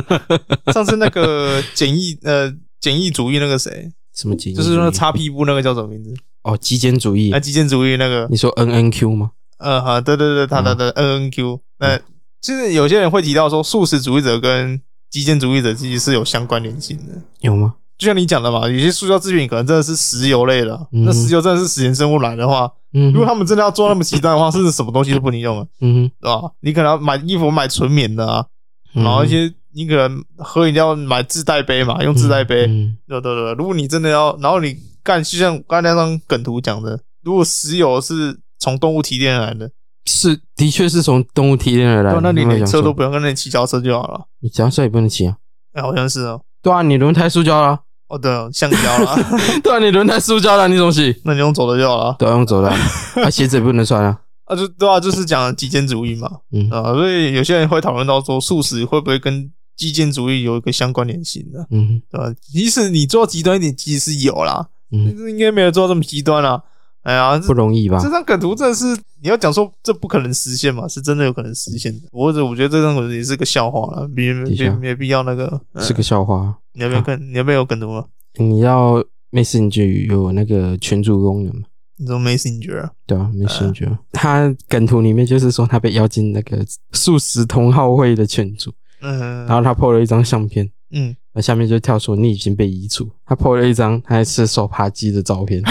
上次那个简易呃简易主义那个 谁，什么极简就主义？是说擦屁股那个叫什么 名字？哦，极简主义啊，。极简主义那个，你说 N N Q 吗？呃，好，对对对，他嗯的的 N N Q，那就是有些人会提到说，素食主义者跟极简主义者其实是有相关联性的。有吗？就像你讲的嘛，有些塑胶制品可能真的是石油类的，嗯那石油真的是史前生物来的话，嗯如果哼他们真的要做那么极端的话，甚至什么东西都不能用了，嗯对吧？你可能要买衣服买纯棉的啊，哼，然后一些你可能喝饮料买自带杯嘛，用自带杯，嗯对对对，如果你真的要，然后你干，就像刚才那张梗图讲的，如果石油是从动物提炼而来的，是的确是从动物提炼而对来的啊。那你有没有连讲车错都不用，跟那你骑脚踏车就好了。你脚踏车也不能骑啊。哎、好像是哦，对啊，你轮胎塑胶 啦。哦对哦，橡胶啦， 对啊，你轮胎塑胶啦，你怎么骑？那你用走的就好了。都要用 走的啊，啊，鞋子也不能穿啊。啊，就对啊，就是讲极简主义嘛， 嗯啊，所以有些人会讨论到说，素食会不会跟极简主义有一个相关联性呢？嗯对吧、即使你做极端一点，其实是有啦，但嗯，是应该没有做到这么极端啦、哎呀，这不容易吧这？张梗图真的是你要讲说这不可能实现嘛，是真的有可能实现的。我者我觉得这张梗图也是个笑话了，没没的确没没必要那个。嗯是个笑话。啊你要不要看？你要不要有梗图啊吗？你要 Messenger 有那个群主功能嘛？你说 Messenger 啊对啊，Messenger。他梗图里面就是说他被邀进那个素食同好会的群组，嗯然后他 po 了一张相片，嗯，那下面就跳出你已经被移除。他 po 了一张他在吃手扒鸡的照片，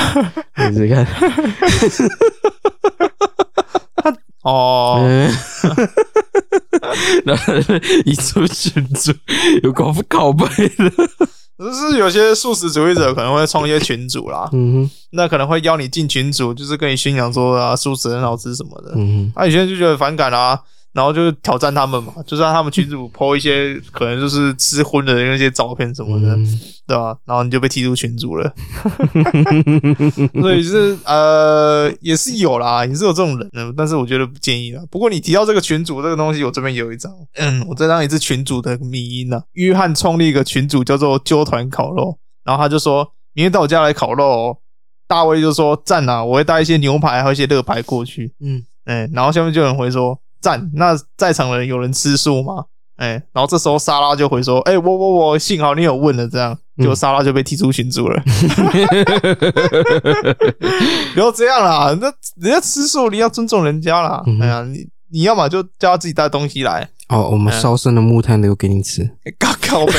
你自己看。哦， 嗯，然后移除群主，有够不拷贝的。就是有些素食主义者可能会创一些群组啦，嗯哼，那可能会邀你进群组，就是跟你宣扬说啊素食很好吃什么的。嗯哼，啊，有些人就觉得反感啊，然后就挑战他们嘛，就是让他们群嗯主 po 一些可能就是吃荤的那些照片什么的。嗯对吧、然后你就被踢出群组了，所以是呃也是有啦，也是有这种人的，但是我觉得不建议啦。不过你提到这个群组这个东西，我这边有一张，嗯，我这张也是群组的迷因啊。约翰创立一个群组叫做“揪团烤肉”，然后他就说明天到我家来烤肉、哦。大卫就说赞啊，我会带一些牛排还有一些热排过去。嗯哎、然后下面就有人回说赞，那在场的人有人吃素吗？哎、然后这时候莎拉就回说，哎、我我我，幸好你有问了，这样，结果莎拉就被踢出群组了。不要这样啦，那人家吃素，你要尊重人家啦。嗯哎呀，你你要么就叫他自己带东西来，哎哦，我们烧剩的木炭留给你吃。搞搞呗，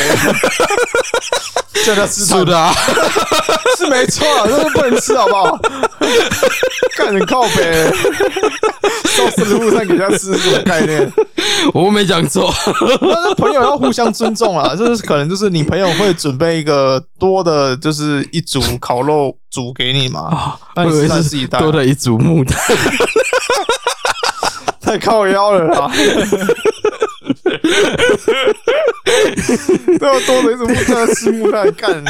叫他吃素的的啊，是没错啊，但是不能吃好不好？干人靠 呗，到食物上给人家吃是什么概念？我没讲 错。但是朋友要互相尊重啦， 就是可能就是你朋友会准备一个多的，就是一组烤肉煮给你嘛，啊，那我你以是在为自己是带多了一组木炭。太靠腰了 啦。都要啊多的一种木炭吃木炭干，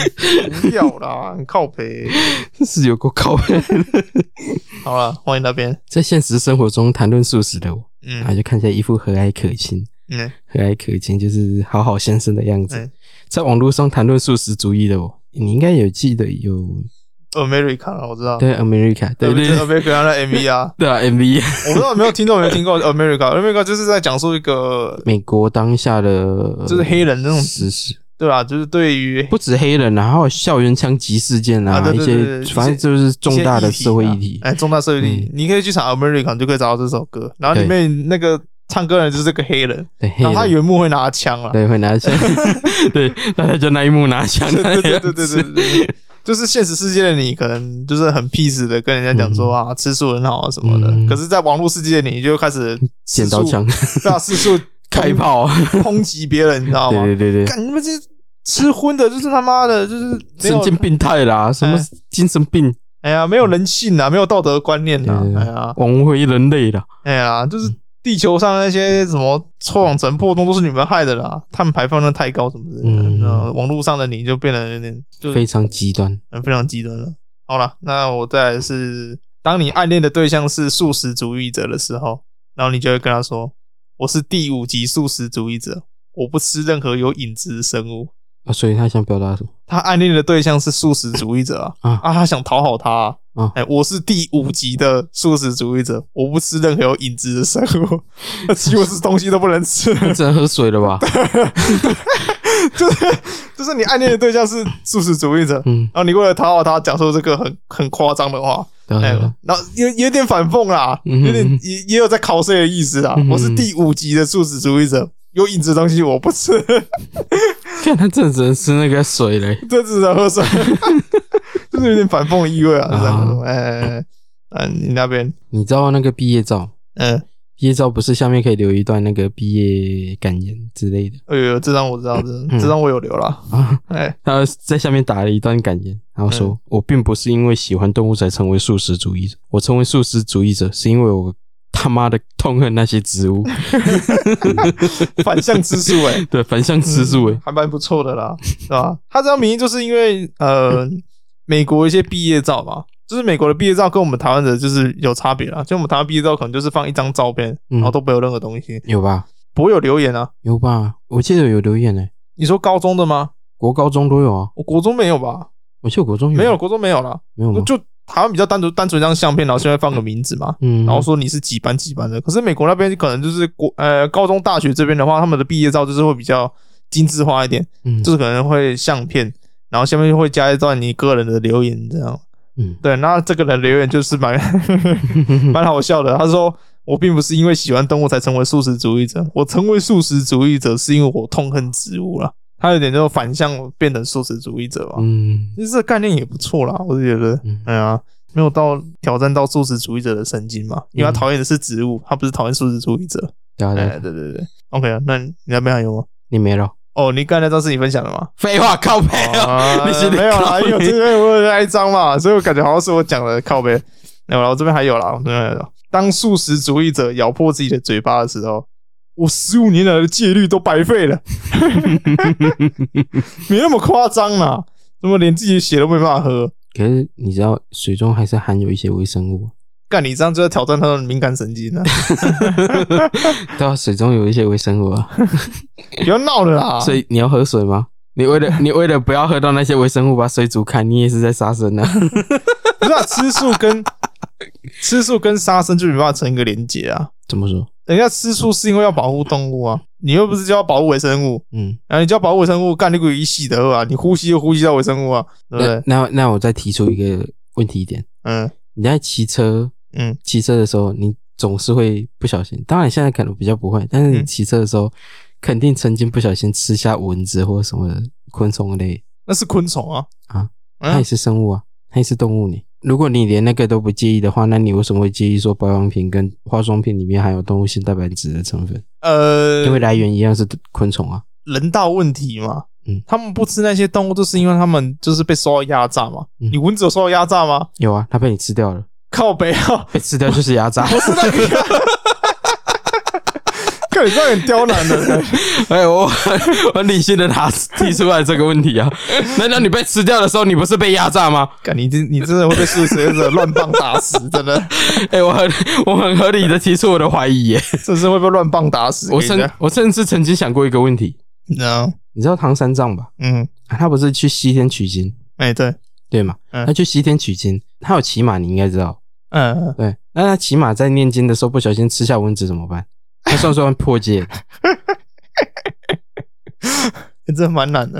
不要啦，很靠北。 是有够靠背 的。好了，欢迎那边，在现实生活中谈论素食的我，啊嗯然后就看起来一副和蔼可亲、嗯和蔼可亲，就是好好先生的样子嗯。在网络上谈论素食主义的我，你应该有记得有 America 啊，我知道，对 America，对对就是对，America 那 MV 啊，对啊 MV，我不知道有没有听众有没有听过 America，America 就是在讲述一个美国当下的就是黑人那种实施，对吧？就是对于不止黑人啊，还有校园枪击事件啊啊，对一对对对些对反正就是重大的社会议一些题嗯啊。哎，重大社会议题，你可以去查 America 就可以找到这首歌，然后里面那个唱歌的人就是个黑人，对，嗯黑然后他人原幕会拿枪啊啦。对会拿枪，对，大家就那一幕拿枪， 对对对对那对样子对对对，就是现实世界的你可能就是很 peace 的跟人家讲说啊，吃素很好啊什么的，嗯可是，在网络世界你就开始 剪 刀枪，四处，对啊，四处开 炮，抨击别人，你知道吗？对对对对，干你们这吃荤的，就是他妈的，就是没神有经病态啦，什么哎精神病，哎呀，没有人性啊，没有道德观念啊对对，对哎呀，枉回人类啦。哎呀，就是地球上那些什么臭氧层破洞都是你们害的啦，碳排放量太高什么之类的，嗯那网络上的你就变得有点就是非常极端。嗯，非常极端了。好了，那我再来是，当你暗恋的对象是素食主义者的时候，然后你就会跟他说：“我是第五级素食主义者，我不吃任何有影子的生物。啊，所以他想表达什么？”他暗恋的对象是素食主义者啊，啊啊，他想讨好他、啊。啊哎、我是第五级的素食主义者，我不吃任何有影子的生物， 那几乎是东西都不能吃。 他只能喝水了吧？就是就是你暗恋的对象是素食主义者，嗯，然后你为了讨好他，讲出这个很很夸张的话，对哎啊，对啊，然后有有点反讽啦，嗯有点也也有在考试的意思啊嗯。我是第五级的素食主义者，有影子的东西我不吃， 看他真的只能吃那个水嘞。这只能 喝水， 就是有点反讽的意味啊。啊这样，哎哎，哎哎嗯，你那边，你知道那个毕业照？嗯，毕业照不是下面可以留一段那个毕业感言之类的哎呦，这张我知道，这嗯这张我有留了， 啊？哎，他在下面打了一段感言，然后说：“我并不是因为喜欢动物才成为素食主义者，我成为素食主义者是因为我他妈的痛恨那些植物，，反向之术，哎 对，反向吃素诶。还蛮不错的啦，是吧？他这张名义就是因为呃，美国一些毕业照嘛。就是美国的毕业照跟我们台湾的就是有差别啦，就我们台湾毕业照可能就是放一张照片，嗯然后都没有任何东西，有吧？不会有留言啊。有吧？我记得有留言嘞，你说高中的吗？国高中都有啊，我国中没有吧？我记得国中有没有，国中没有啦。没有吗？就台湾比较单独单纯一张相片，然后现在放个名字嘛，嗯，然后说你是几班几班的。可是美国那边可能就是国呃高中大学这边的话，他们的毕业照就是会比较精致化一点，嗯就是可能会相片，然后下面就会加一段你个人的留言这样。嗯对，那这个人留言就是 蛮蛮好笑的。他说：“我并不是因为喜欢动物才成为素食主义者，我成为素食主义者是因为我痛恨植物了。”他有点那种反向变成素食主义者吧。嗯其实这个概念也不错啦，我就觉得，嗯哎呀，没有到挑战到素食主义者的神经嘛，因为他嗯讨厌的是植物，他不是讨厌素食主义者。对啊对啊哎，，对对对，OK 啊，那你你那边还有吗？你没了。哦，你刚才那张是你分享的 吗？废话，靠背啊！啊 你是没有啦，靠因为我这边我有那一张嘛，所以我感觉好像是我讲的靠背。没有啦，我这边还有啦，我这边还有。当素食主义者咬破自己的嘴巴的时候，我十五年来的戒律都白费 了。 没那么夸张啦，怎么连自己的血都没办法喝？可是你知道，水中还是含有一些微生物啊，干你这样就在挑战他的敏感神 经了、啊，对啊，水中有一些微生物啊，不要闹了啦！所以你要喝水吗？啊你为了你为了不要喝到那些微生物，把水煮开，你也是在杀生啊！不是、啊、吃素跟吃素跟杀生就没办法成一个连结啊。 怎么说？人家吃素是因为要保护动物啊，你又不是就要保护微生物，嗯，然后你就要保护微生物，干你鬼一系的啊，你呼吸就呼吸到微生物啊，对不那对？那那我再提出一个问题点：嗯你在骑车嗯，骑车的时候，你总是会不小心，当然现在可能比较不会，但是你嗯骑车的时候，肯定曾经不小心吃下蚊子或什么昆虫类，那是昆虫啊啊它嗯也是生物啊，它也是动物呢。如果你连那个都不介意的话，那你为什么会介意说保养品跟化妆品里面含有动物性蛋白质的成分？因为呃，来源一样是昆虫啊。人道问题嘛。嗯他们不吃那些动物，就是因为他们就是被受到压榨嘛。嗯你蚊子有受到压榨吗？有啊，它被你吃掉了，靠北啊！被吃掉就是压榨。不是那个， 看你这样很刁难的。 啊哎，我 我理性的他提出来这个问题啊。难道你被吃掉的时候，你不是被压榨吗？干你真你真的会被素食者乱棒打死，真的，哎，我很我很合理的提出我的怀疑耶。这是会被乱棒打死。我跟你甚讲我甚至曾经想过一个问题，那你知道唐三藏吧？嗯，啊他不是去西天取经，哎、对，对嘛？嗯他去西天取经，他有骑马，你应该知道。嗯、呃，对，那他骑马在念经的时候不小心吃下蚊子怎么 办？他算不算破戒了？这蛮难 的。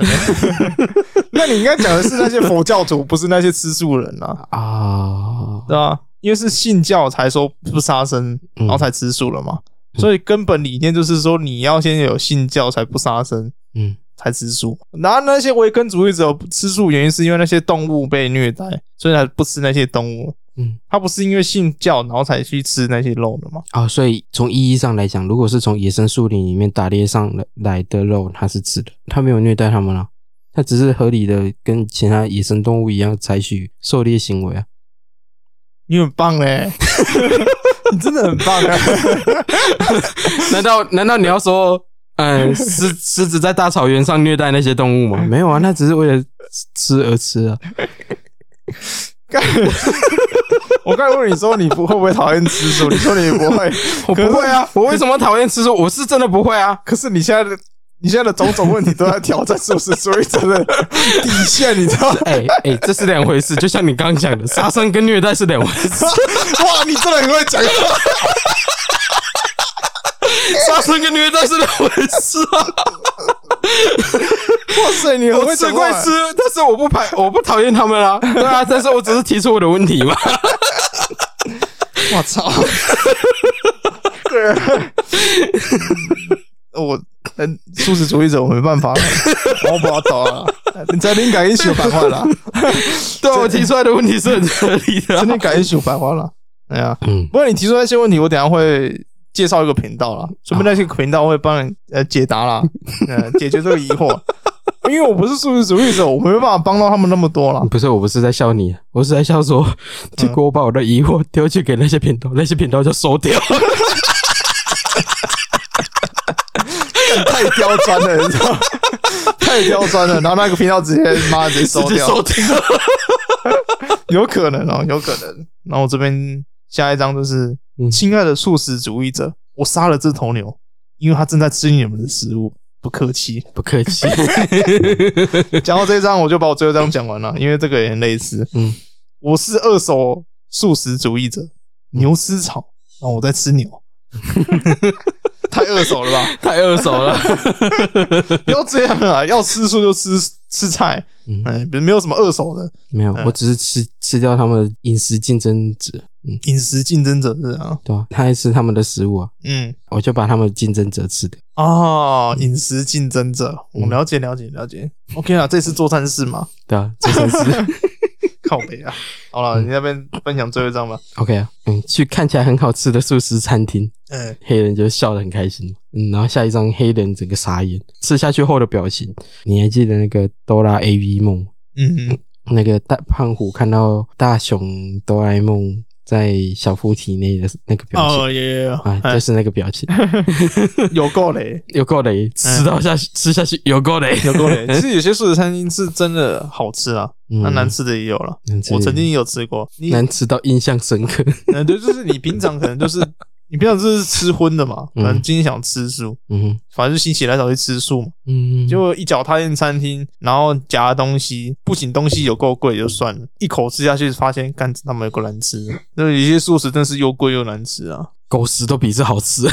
那你应该讲的是那些佛教徒，不是那些吃素人啊，啊？对吧？因为是信教才说不杀生，嗯然后才吃素了嘛。所以根本理念就是说，你要先有信教才不杀生，嗯，才吃素。然后那些维根主义者不吃素，原因是因为那些动物被虐待，所以才不吃那些动物。嗯，他不是因为信教然后才去吃那些肉的嘛？哦，所以从意义上来讲，如果是从野生树林里面打猎上来来的肉，它是吃的，它没有虐待它们啊，它只是合理的跟其他野生动物一样采取狩猎行为啊。你很棒欸嘞、你真的 很棒啊！难道难道你要说，嗯，狮狮子在大草原上虐待那些动物吗？ 没有啊，那只是为了吃而吃啊。 干我刚才问你说你不会不会讨厌吃素，你说你不会， 我不会啊，我为什么讨厌吃素？我是真的不会啊。可是你现在的你现在的种种问题都在挑战素食主 义者的底线，你知道吗？哎、哎、这是两回事，就像你刚刚讲的，杀生跟虐待是两回事，哇，你真的很会讲话。杀生跟虐待是两回事啊。哇塞，你很我哎会吃讲归话。啊吃，但是我不排，我不讨厌他们啊。对啊，但是我只是提出我的问题嘛。 我操！ 我嗯，素食主义者我没办法 了，我不要倒了。你在灵感一宿白花 了， 对啊，我提出来的问题是很合理的真啊。的感一宿白花了。哎呀，嗯，不过你提出那些问题，我等一下会介绍一个频道啦，说不定那些频道会帮你呃解答 啦，呃解决这个疑惑。因为我不是素食主义者，我没办法帮到他们那么多 啦。嗯不是，我不是在笑你，我是在笑说，结果我把我的疑惑丢去给那些频道，那些频道就收掉。太刁钻了，你知 道吗？太刁钻了，然后那个频道直接妈直接收直接掉，收掉。 有可能哦，有可能。然后我这边下一张就是嗯，亲爱的素食主义者，我杀了这头牛，因为它正在吃你们的食物，不客气。 不客气。 讲到这一张，我就把我最后一张讲完了，因为这个也很类似。嗯，我是二手素食主义者，嗯牛吃草，然后我在吃 牛，太二手了吧？太二手了。不要这样啊！要吃素就吃吃菜，嗯哎、没有什么二手的。没有，我只是吃吃掉他们的饮食竞争者，饮食竞争者是啊，对吧、他爱吃他们的食物啊，嗯我就把他们的竞争者吃掉。哦，饮食竞争者，嗯我了解了解了解。OK 啊，这次做善事嘛，对啊，这才是 嗯靠北啊。好了，你那边分享最后一张吧。 OK 啊。嗯，去看起来很好吃的素食餐厅，嗯黑人就笑得很开心。嗯，然后下一张黑人整个傻眼，吃下去后的表情，你还记得那个哆啦 A V 梦？嗯那个大胖虎看到大雄哆啦 A 梦在小夫体内的那个表情。哦耶，啊，哎就是那个 表情，有够嘞，有够雷，吃到下去，吃下去有够雷，哎有够 嘞。其实有些素食餐厅是真的好吃啊，嗯那难吃的也有了。难吃我曾经也有吃过，你难吃到印象深刻。 呃对，就是你平常可能就是你平常就是吃荤的嘛，可嗯能今天想吃素，嗯反正就心血来潮去吃素嘛。嗯，结果一脚踏进餐厅，然后夹的东西，不仅东西有够贵就算了，一口吃下去发现，干他妈有够难吃的。那有一些素食真是又贵又难吃啊，狗食都比这好吃，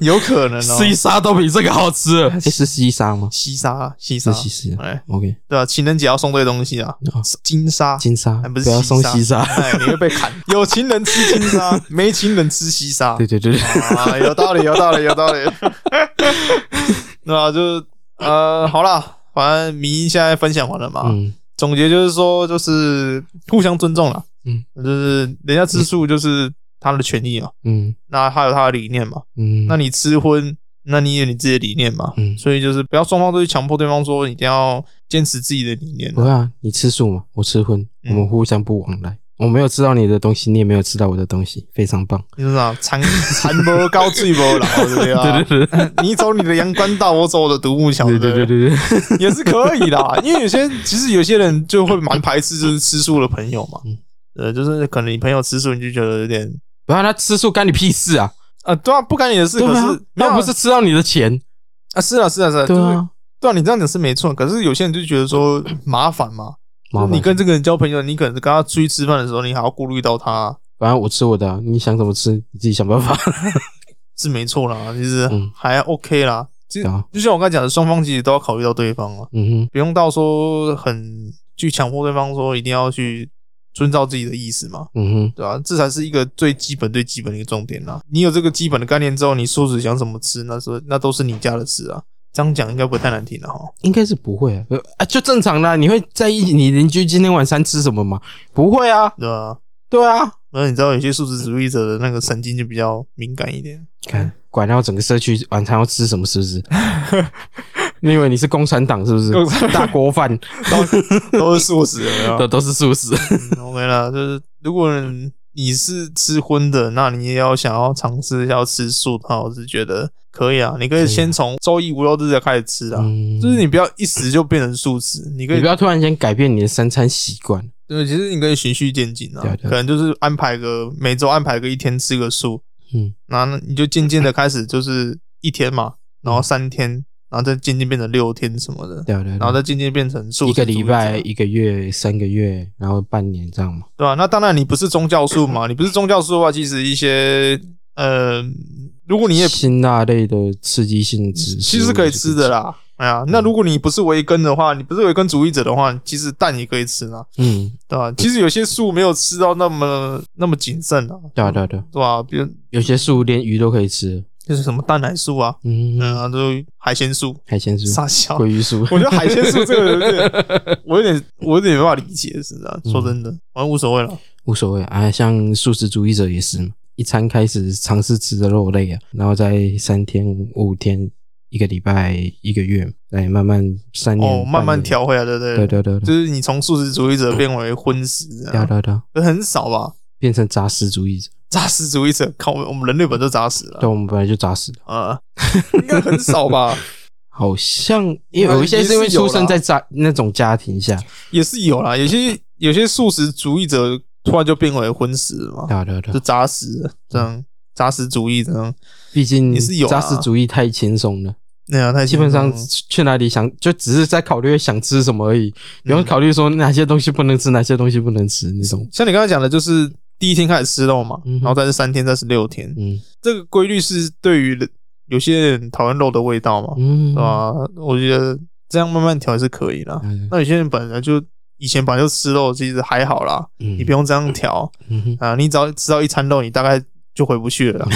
有可能 哦。西沙都比这个好吃。啊诶哎是西沙吗？西沙，西沙是，西沙。哎， OK，对啊，情人节要送对东西啊哦，金沙，金沙，哎不是要送西西沙。哎，你会被 砍。有情人吃金沙，没情人吃西沙。对对对对，啊，有道理，有道理，有道 理。对啊，就是呃，好啦，反正迷音现在分享完了嘛，嗯总结就是说，就是互相尊重啦。嗯，就是人家吃素就是他的权益嘛，嗯那他有他的理念嘛，嗯，那你吃荤，那你也有你自己的理念嘛，嗯所以就是不要双方都去强迫对方说一定要坚持自己的理念不。会啊？你吃素嘛，我吃荤，我嗯们互相不往来。我没有吃到你的东西，你也没有吃到我的东西，非常棒。就是啊，残残波高最波老， 对不对啊？对对你走你的阳关道，我走我的独木桥，对不对对对对，也是可以啦，因为有些其实有些人就会蛮排斥就是吃素的朋友嘛嗯，呃，就是可能你朋友吃素，你就觉得有点呃不要他吃素干你屁事啊！啊，对啊，不干你的事，对可啊是，那不是吃到你的钱，啊，是啊，是啊，是啊，就对是啊，对啊，你这样讲是没错，可是有些人就觉得说麻烦嘛，麻就是烦你。跟这个人交朋友，你可能跟他出去吃饭的时候，你还要顾虑到他，反正我吃我的啊，你想怎么吃你自己想 办法。是没错啦，其实嗯还 OK 啦。其对实啊，就像我刚才讲的，双方其实都要考虑到对方了，嗯哼，不用到说很去强迫对方说一定要去遵照自己的意思嘛，嗯哼，对吧、啊这才是一个最基本、最基本的一个重点啦。你有这个基本的概念之后，你说是想怎么吃，那是那都是你家的事啊。这样讲应该不太难听了哈。应该是不会啊，呃啊，就正常啦。你会在意你邻居今天晚餐吃什么吗？不会啊，对啊，对啊。然后你知道有些素食主义者的那个神经就比较敏感一点，看，管到整个社区晚餐要吃什么，是不是？ 你以为你是共产党是不是共产？大锅饭 都都是素食的。有没都有都是素食，嗯 OK 啦，就是如果你是吃荤的，那你也要想要尝试要吃素的话，我是觉得可以啊。你可以先从周一无肉日才开始吃啊， 嗯就是你不要一时就变成素食，你可你以不要突然间改变你的三餐习惯。对，其实你可以循序渐进啊，对啊对啊可能就是安排个每周安排个一天吃个素，嗯，然后你就渐渐的开始就是一天嘛，然后三天，然后再渐渐变成六天什么的，对啊对啊，然后再渐渐变成素一食啊个主义礼者拜、一个月、三个月，然后半年这样嘛。对吧、啊那当然你不是宗教素 嘛，你不是宗教素的话，其实一些呃，如果你也辛辣类的刺激性脂，其实可以吃的。啦。哎呀，那如果你不是维根的话，你不是维根主义者的话，其实蛋也可以吃啦，嗯，对吧、其实有些素没有吃到那么那么谨慎啊，对啊对啊对啊，对吧、比如有些素连鱼都可以吃。就是什么蛋奶素啊，嗯，嗯，啊，就海鲜素、海鲜素、傻笑。鲑鱼素，我觉得海鲜素这个有 点，我有点，我有点没办法理解，是啊，嗯说真的，反正无所谓了。无所谓啊。像素食主义者也是嘛，一餐开始尝试吃的肉类啊，然后在三天、五天、一个礼拜、一个月，来慢慢三年哦，慢慢。调回来，对不半对？年嗯对对对对，就是你从素食主义者变为荤食这对啊样，对啊对啊，可很少吧？变成杂食主义者。杂食主义者，靠，我们人类本就杂食了对，我们本来就杂食的，啊，应该很少吧？好像哎也有一些是因为出生在家那种家庭下。也是有啦，有些有些素食主义者突然就变为荤食了嘛对，啊对啊对啊就，杂食这样，杂食主义这样，毕竟也是有啦扎实主义太轻松了，那样太基本上轻松了去哪里想就只是在考虑想吃什么而已，嗯不用考虑说哪些东西不能吃，哪些东西不能吃，你懂？像你刚才讲的，就是第一天开始吃肉嘛，嗯哼然后再是三天，再是六天，嗯这个规律是对于人有些人讨厌肉的味道嘛，嗯，对吧？我觉得这样慢慢调也是可以啦。嗯？那有些人本来就以前本来就吃肉，其实还好啦，你你不用这样调嗯啊，你只要吃到一餐肉，你大概就回不去了啦。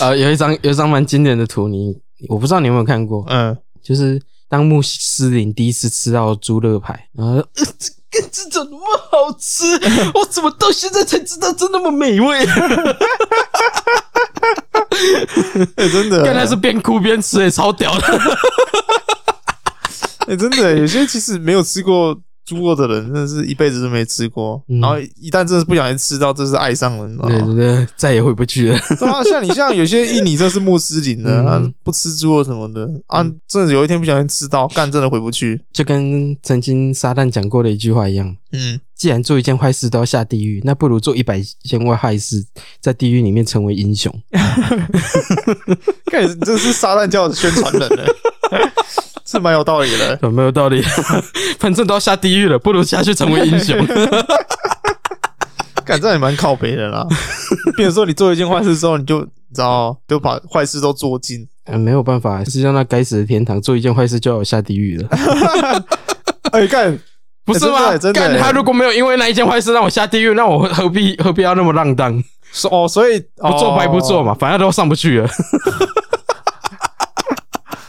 呃，有一张有一张蛮经典的图，你我不知道你有没有看过， 嗯，就是当穆斯林第一次吃到猪肋排，然后呃这这这怎么好吃？ 我怎么到现在才知道这那么美味？欸真的，原来是边哭边吃，哎，超屌的。 欸真的，有些其实没有吃过猪肉的人，真的是一辈子都没吃过，嗯然后一旦真的是不小心吃到，真是爱上了，你知道对吗对？对，再也回不去了。对啊，像你像有些印尼真是穆斯林的，嗯啊、不吃猪肉什么的啊，真的有一天不小心吃到，干真的回不去。就跟曾经撒旦讲过的一句话一样，嗯，既然做一件坏事都要下地狱，那不如做一百件坏事，在地狱里面成为英雄。看你真是撒旦教的宣传人呢， 是蛮有道理的。呃有没有道理？ 反正都要下地狱了，不如下去成为英雄。 干这样也蛮靠北 的啦。比如说你做一件坏事之后，你就你知道，就把坏事都做尽。呃没有办法，是让那该死的天堂做一件坏事就要有下地狱了，哎、干 不是欸吗？真的欸真的欸干他如果没有因为那一件坏事让我下地狱，那我何必何必要那么浪荡？所哦，所以不做白不做哦嘛，反正都上不去了。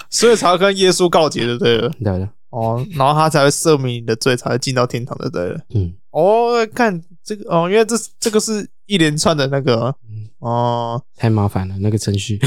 所以才要跟耶稣告解就对了。对的，哦，然后他才会赦免你的罪，才会进到天堂就对了。嗯，哦，看这个哦，因为这是这个是一连串的那个嗯哦，太麻烦了那个程 序。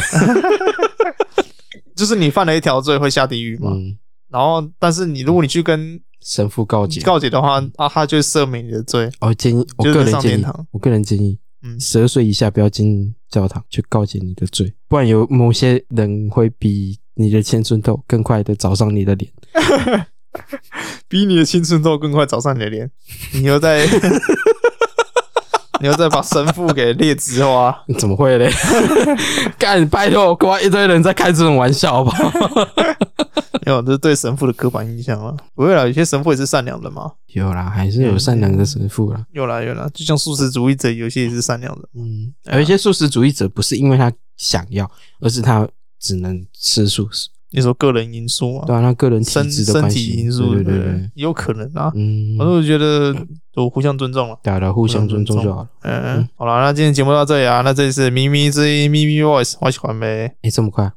就是你犯了一条罪会下地狱嘛。嗯，然后，但是你如果你去跟神父告解。告解的话，啊，他就会赦免你的罪。哦，建议我就是能个人上建天议堂，我个人建议，嗯十二岁以下不要进教堂去告解你的罪，不然有某些人会比你的千寸豆更快的找上你的脸。 比你的青春痘更快找上你的脸，你又在，你要再把神父给列枝花， 怎么会嘞？干，拜托，干嘛一堆人在开这种玩笑好不好？没有，这是对神父的刻板印象了。不会啦，有些神父也是善良的嘛。 有啦，还是有善良的神父啦。有啦有啦，就像素食主义者，有些也是善良的。嗯，有一些素食主义者不是因为他想要，而是他只能吃素食，你说个人因素啊，对啊，他个人体身质的身关体系，因素，对对不对，也有可能啊。嗯反，正我觉得都互相尊重了。大啊家互相尊重就好了。嗯，嗯好了，那今天节目到这里啊。那这里是咪咪之音咪咪 voice，我喜欢呗，哎，这么快，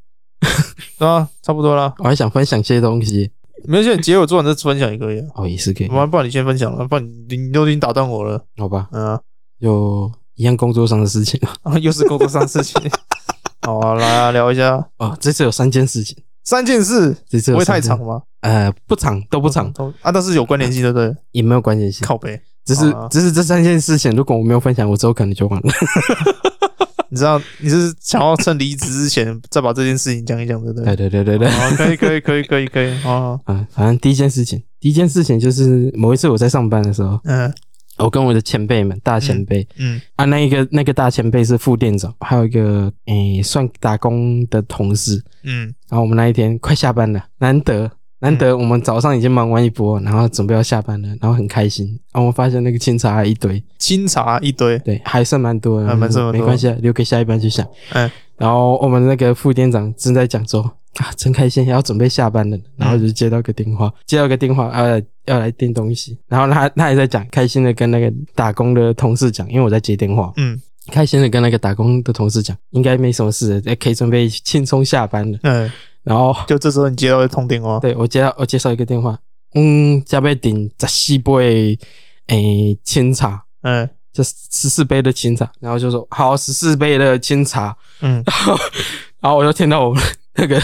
是吧？差不多了，我还想分享些东西，没事，结尾做完再分享一个呀。哦，也是可以不，然不然你先分享了，不然你你都已经打断我了。好吧，嗯啊，就一样工作上的事情 啊。啊 又是工作上的事情。好啊，来啊聊一下哦，这次有三件事情，三件事，这次不有会三太件长，吧？呃，不长，都不长，都啊，但是有关联性，对不对？也没有关联性。靠背，只是好啊只是这三件事情，如果我没有分享，我之后可能就忘了。你知道你是想要趁离职之前再把这件事情讲一讲，对不对 对？对对对 对，哦，可以可以可以可以可以哦，嗯，反正第一件事情，第一件事情就是某一次我在上班的时候，嗯我跟我的前辈们，大前辈、嗯啊，那一个那个大前辈是副店长，还有一个诶、算打工的同事。嗯然后我们那一天快下班了，难得难得我们早上已经忙完一波，然后准备要下班了，然后很开心。然后我们发现那个清茶还一堆，清茶一堆，对，还剩蛮多的，还蛮剩蛮多没关系啊，留给下一班去想。嗯，然后我们那个副店长正在讲说啊，真开心，要准备下班嗯了，然后就接到个电话，接到个电话，要来要来订东西，然后他他也在讲，开心的跟那个打工的同事讲，因为我在接电话，嗯开心的跟那个打工的同事讲，应该没什么事了，哎可以准备轻松下班了。嗯，然后就这时候你接到一通电话，对我接到我接到一个电话，嗯，加倍订十四杯诶清茶。嗯这十四杯的清茶，然后就说好十四杯的清茶，嗯，然后然后我就听到我们那个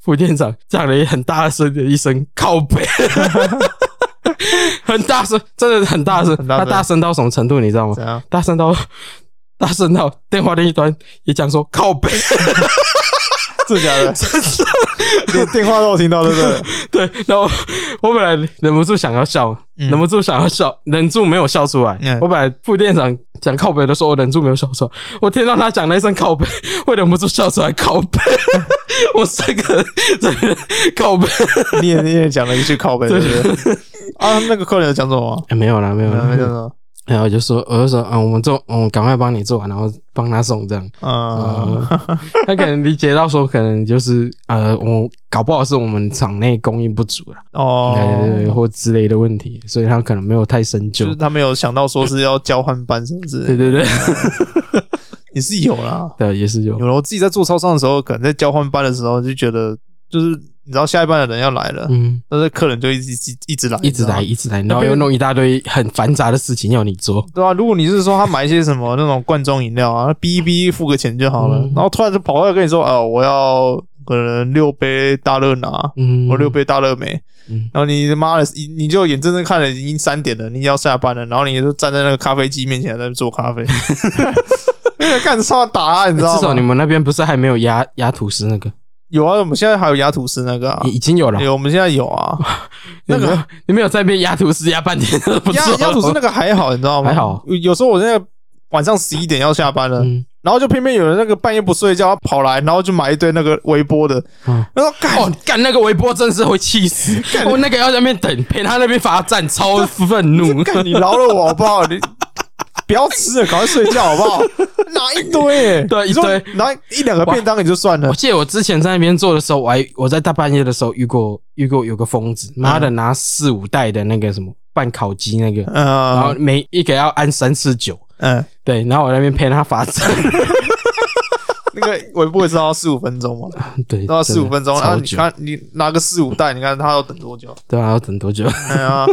副店长讲了一很大声的一声靠背， 很大声，真的很大声，很大他声啊大声到什么程度你知道吗怎？样？大声到大声到电话另一端也讲说靠背， 真的假的？连电话都有听到，对不对？ 对，然后我本来忍不住想要笑，嗯忍不住想要笑，忍住没有笑出来。嗯我本来副店长讲靠北的时候，我忍住没有笑出来。我听到他讲那一声靠北，我忍不住笑出来靠北。 我这个这个靠北、你也你也讲了一句靠背，对不对？啊，那个客人有讲什么？哎没有啦，没有没有没有讲啦。什么？然后我就说，我就说，嗯，我们做，嗯，赶快帮你做完，然后帮他送这样。 嗯呃，他可能理解到说，可能就是呃，我搞不好是我们场内供应不足啦，对对对，哦，或之类的问题，所以他可能没有太深究就。是他没有想到说是要交换班，是不对是？对对， 也是有啦， 对，也是有有。了。我自己在做超商的时候，可能在交换班的时候就觉得，就是你知道下一班的人要来了，嗯，但是客人就一直一直一直来，一直你知道吗。来，一直来，然后又弄一大堆很繁杂的事情要你做。对啊，如果你是说他买一些什么那种罐装饮料啊，逼一逼付个钱就好了，嗯然后突然就跑过来跟你说，哦，我要可能六杯大热拿，嗯，我六杯大热美，嗯然后你妈的，你你就眼睁睁看着已经三点了，你要下班了，然后你就站在那个咖啡机面前在那边做咖 啡， 那个干啥打啊，你知哎道至少吗？你们那边不是还没有压压吐司那个，有啊，我们现在还有牙吐司那个啊已，已经有了。有，我们现在有啊，那你没 有个你没有在那边压吐司压半天，不牙是牙吐司那个还好，你知道吗？还好有，有时候我在晚上十一点要下班了。嗯，然后就偏偏有人那个半夜不睡觉跑来，然后就买一堆那个微波的，嗯然后干、哦，干那个微波真是会气死，我那个要在那边等，陪他那边罚站，超愤 怒。干你饶了我好不好？你不要吃了，赶快睡觉好不 好？拿一堆、欸，对啊你说一堆拿一两个便当也就算了我，记得我之前在那边做的时候，我还我在大半夜的时候遇过遇过有个疯子，妈嗯的拿四五袋的那个什么半烤鸡那个，然后嗯每一个要按三次九，嗯，对，然后我在那边陪他罚站， 那个微波也是要四五分钟嘛，对，都要哎真四的五分钟，然啊超后你久，看你拿个四五袋，你看他要等多久？对啊，要等多久？哎 呀，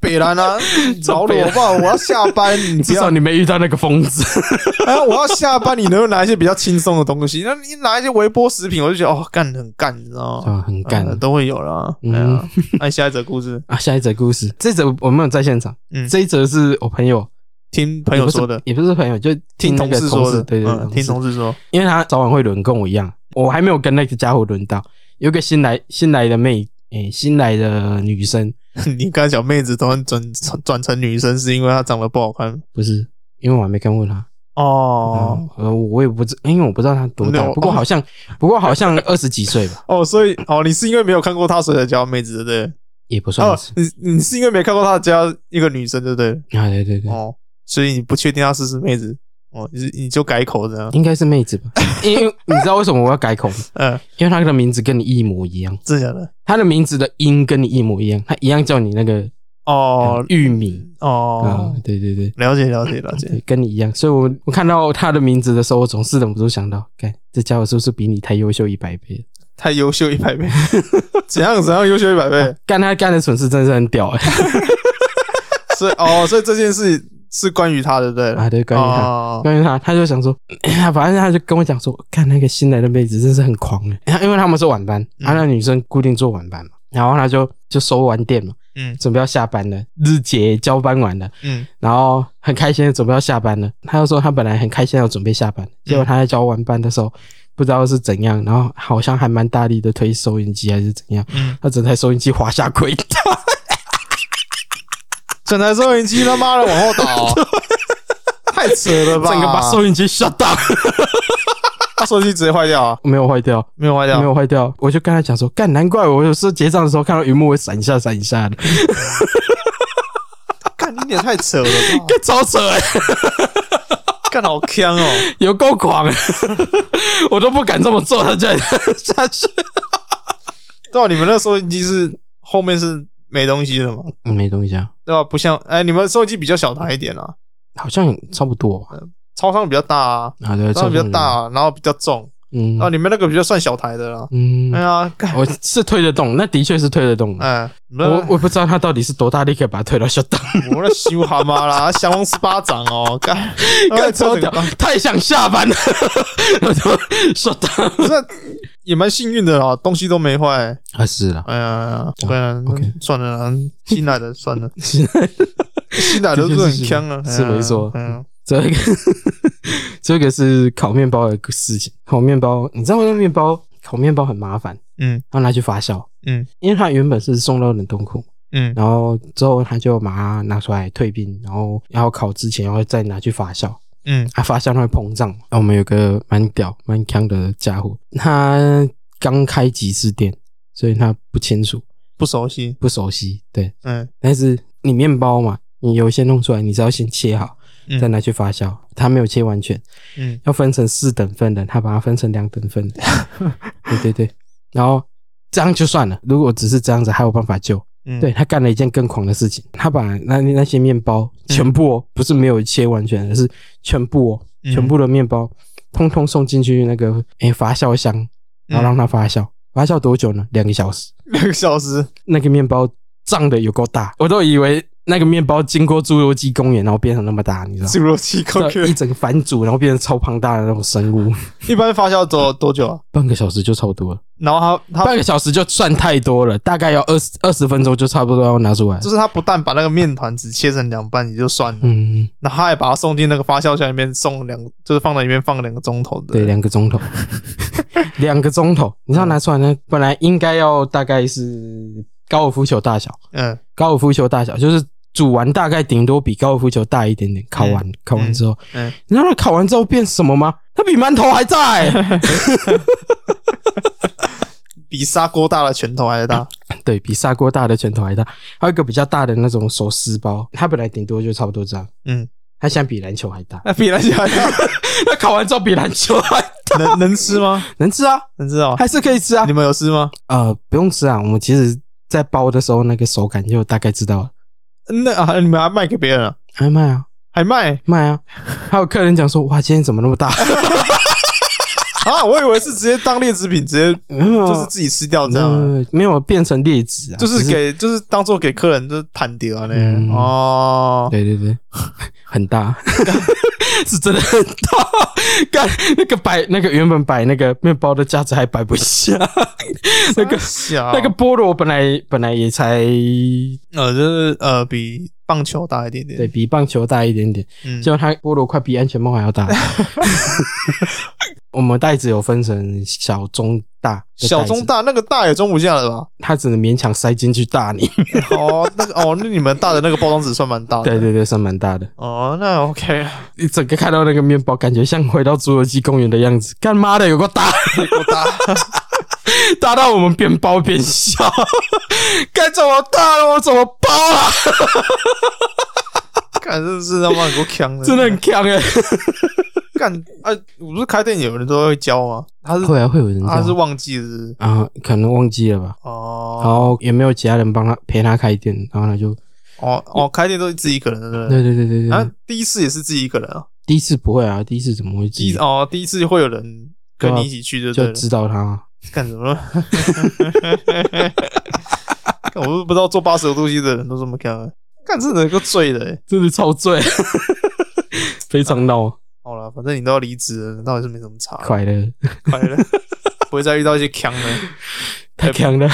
北兰啊，饶了我好不好？我要下班，你不至要少你没遇到那个疯子。 哎呀，我要下班，你能不能拿一些比较轻松的东西？那你拿一些微波食品，我就觉得哦，干很干，你知道吗？啊，很干嗯呃都会有啦。哎呀，那你下一则故事，啊！下一则故事，这则我没有在现场，嗯这一则是我朋友听朋友说的，也不是，也不是朋友，就听那同个事说的，事对对嗯，听同事，事说， 因为他早晚会轮，跟我一样，我还没有跟那个家伙轮到。有个新来新来的妹，诶、新来的女生，你刚才小妹子突然转转成女生，是因为她长得不好看，不是因为我还没看过他。哦哦，呃，我也不知，因为我不知道他多大没，有不过好像，不过好像二十几岁吧，哦，所以哦，你是因为没有看过他所以才交妹子，对不对？也不算哦是。，你你是因为没看过他加一个女生，对不对？啊，对对对，哦，所以你不确定她是不是妹子，哦，你是你就改口这样，应该是妹 子吧？因为你知道为什么我要改口吗？嗯，因为他的名字跟你一模一样，真的假的？他的名字的音跟你一模一样，他一样叫你那个哦哦玉米啊哦，，对对对。了解了解了解，对，跟你一样，所以我我看到他的名字的时候，我总是忍不住想到，看这家伙是不是比你太优秀一百倍了？ 太优秀一百 倍，怎样怎样优秀一百倍？干他干的蠢事真是很屌哎、所以哦，所以这件事是关于他的，对不对？啊，对，关于他，哦关于他，他就想说， 反正他就跟我讲说，看那个新来的妹子真是很狂哎、 因为他们是晚班，嗯啊，那女生固定做晚班嘛，然后他就就收完店嘛，嗯准备要下班了，日结交班完了，嗯然后很开心的准备要下班了，他就说他本来很开心要准备下班，结果他在交完班的时候。不知道是怎样，然后好像还蛮大力的推收音机还是怎样，嗯，他整台收音机滑下轨道，整台收音机他妈的往后 倒，太扯了吧！整个把收音机 shut down， 把收音机直接坏掉啊，没有坏掉，没有坏没掉，有坏掉，我就跟他讲说，干，难怪我有时候结账的时候看到荧幕会闪一下闪一下的，干你也太扯了吧！超扯、欸， 干好坑哦，有够狂、 欸，我都不敢这么做，他就下去。对吧？啊你们那收音机是后面是没东西的嘛？没东西啊，对吧？不像哎，你们收音机比较小台一点啊，好像差不多吧，超商比较大啊，啊对，超商比较大差啊，然后比较重，啊不多，嗯然后你们那个比较算小台的啦。嗯哎，呀，干我是推得动，那的确是推得动的。哎，你们我我不知道他到底是多大力可以把它推到 shut down， 我那修蛤蟆啦， 降龙十八掌哦，干干超屌，太想下班了， 然后就 shut down。这也蛮幸运的啦，东西都没坏。啊是了，哎呀，我跟你哦 OK 讲，算了 啦，新来的算了，新来的都是 很呛啊，是没错嗯，这个 这个是烤面包的事情。烤面包，你知道那面包烤面包很麻烦，嗯然后拿去发酵，嗯，因为它原本是送到冷冻库，嗯然后之后他就把它拿出来退冰，然后要烤之前，然后再拿去发酵。嗯啊，发酵它会膨胀嘛。那我们有个蛮屌蛮强的家伙，他刚开集市店，所以他不清楚不熟悉，不熟悉，对。嗯但是你面包嘛，你有些弄出来，你是要先切好，嗯再拿去发酵。他没有切完全，嗯要分成四等份的，他把它分成两等份的。 对对对，然后这样就算了。如果只是这样子，还有办法救。嗯，对，他干了一件更狂的事情，他把那那些面包全部、哦不是没有切完全，而是全部、哦嗯全部的面包通通送进去那个诶、发酵嗯箱，然后让它发酵。发酵多久呢？两个小时。两个小时，那个面包胀的有够大，我都以为那个面包经过侏罗纪公园，然后变成那么大，你知道吗？侏罗纪公啊对一园，整个反煮，然后变成超庞大的那种生物，一般发酵多多久啊？半个小时就差不多了，然后它它半个小时就算太多了，大概要二十二十分钟就差不多要拿出来了。就是它不但把那个面团只切成两半也就算了，嗯，然后它还把它送进那个发酵箱里面，送两就是放在里面放两个钟头的，对，两个钟 头，两个钟头，你知道拿出来嗯呢？本来应该要大概是高尔夫球大小，嗯高尔夫球大小就是煮完大概顶多比高尔夫球大一点点，烤完烤完之后，嗯，你知道它烤完之后变什么吗？它比馒头还大欸， 比砂锅大的拳头还大，对比砂锅大的拳头还大，还有一个比较大的那种手撕包，它本来顶多就差不多这样，嗯，，它现在比篮球还大 那比篮球还 大，它烤完之后比篮球还能能吃吗？能吃啊，能吃哦，还是可以吃啊你，们有吃吗？呃，不用吃啊，我们其实在包的时候那个手感就大概知道了。那啊，你们还卖给别人啊？还卖啊，还卖卖啊！还有客人讲说，哇，今天怎么那么 大？啊？我以为是直接当劣质品，直接没有，啊就是自己吃掉这样啊，呃没有变成劣质啊，就是嗯只给就是当做给客人就是摊掉啊嗯呢。哦，对对对，很 大，是真的很大。干那个摆那个原本摆那个面包的架子还摆 不下，那个小那个菠萝本来本来也才呃就是呃比棒球大一点点，对比棒球大一点点，嗯，结果它菠萝 快比安全帽还要大。我们袋子有分成小、中、大的小袋子中，大那个大也装不下了吧？它只能勉强塞进去大你。哦，那个哦，那你们大的那个包装纸算蛮大的。对对对，算蛮大的。哦，那 OK， 你整个看到那个面包，感觉像回到侏罗纪公园的样子。干妈的，有个大 我大，大到我们边包边 笑，该怎么大了，我怎么包啊？干真的是他妈很够呛的，真的很强哎、干啊！我不是开店有人都会教吗？他是会啊，会有人这他样是忘记了是不是啊，可能忘记了吧。然哦后也没有其他人帮他陪他开店，然后他就哦哦，开店都是自己一个人对不对？对对对对对，啊，第一次也是自己一个人啊，第一次不会啊，第一次怎么会自第一己哦第一次会有人跟你一起去就对就了，知道他？干什么 了？干我都不知道做八十度 C 的人都这么干啊，干这能够醉的欸、真的超醉， 非常闹 好了，反正你都要离职了，倒也是没什么差，快 乐， 快乐， 不会再遇到一些 坑的，太强了，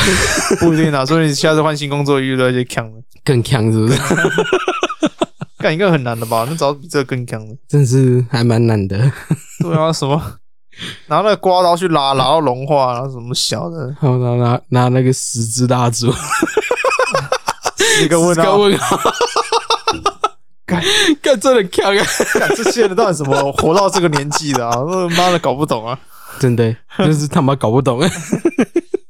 不一定啊。所以你下次换新工作遇到一些坑的，更强是不 是？干应该很难的吧？那找比这个更坑的，真是还蛮难的。对啊，什么 拿那个刮刀去拉，拉到融化，然后什么小 的，然后拿拿拿那个十支蜡烛，一个问十个号， 问号，干干真的强啊！干这些人到底怎么活到这个年纪的啊？ 那妈的搞不懂啊！真的就是他妈搞不 懂。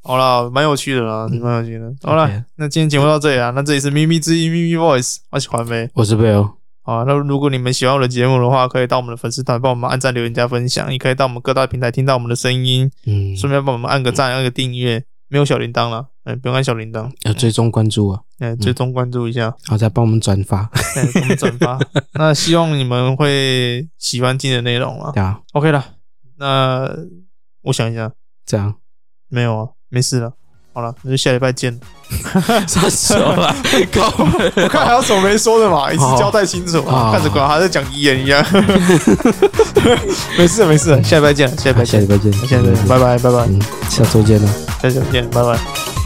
好啦，蛮有趣的啦，蛮有趣的。好啦嗯 OK 那今天节目到这里啊，那这里是咪咪之音咪咪 Voice，我喜欢呗。我是贝欧，好，啊那如果你们喜欢我的节目的话，可以到我们的粉丝团帮我们按赞、留言、加分享，也可以到我们各大平台听到我们的声音，嗯，顺便帮我们按个赞、按个订阅。没有小铃铛啦，嗯、不用按小铃铛，要追踪关注啊，嗯、追踪关注一下，然后再帮我们转 发，哎、给我们转 发。那希望你们会喜欢今天的内容啊 对。啊， OK 啦，那我想一下，这样没有啊，没事了。好了，那就下礼拜见。 算手了， 搞 我 看还有什么没说的嘛，一次交代清楚啊！哦看着管还在讲遗言一样。 没事没事，下礼拜见，下礼拜下见礼，拜见，下礼拜见，拜拜拜拜，嗯，下周见了。下礼拜见，拜拜。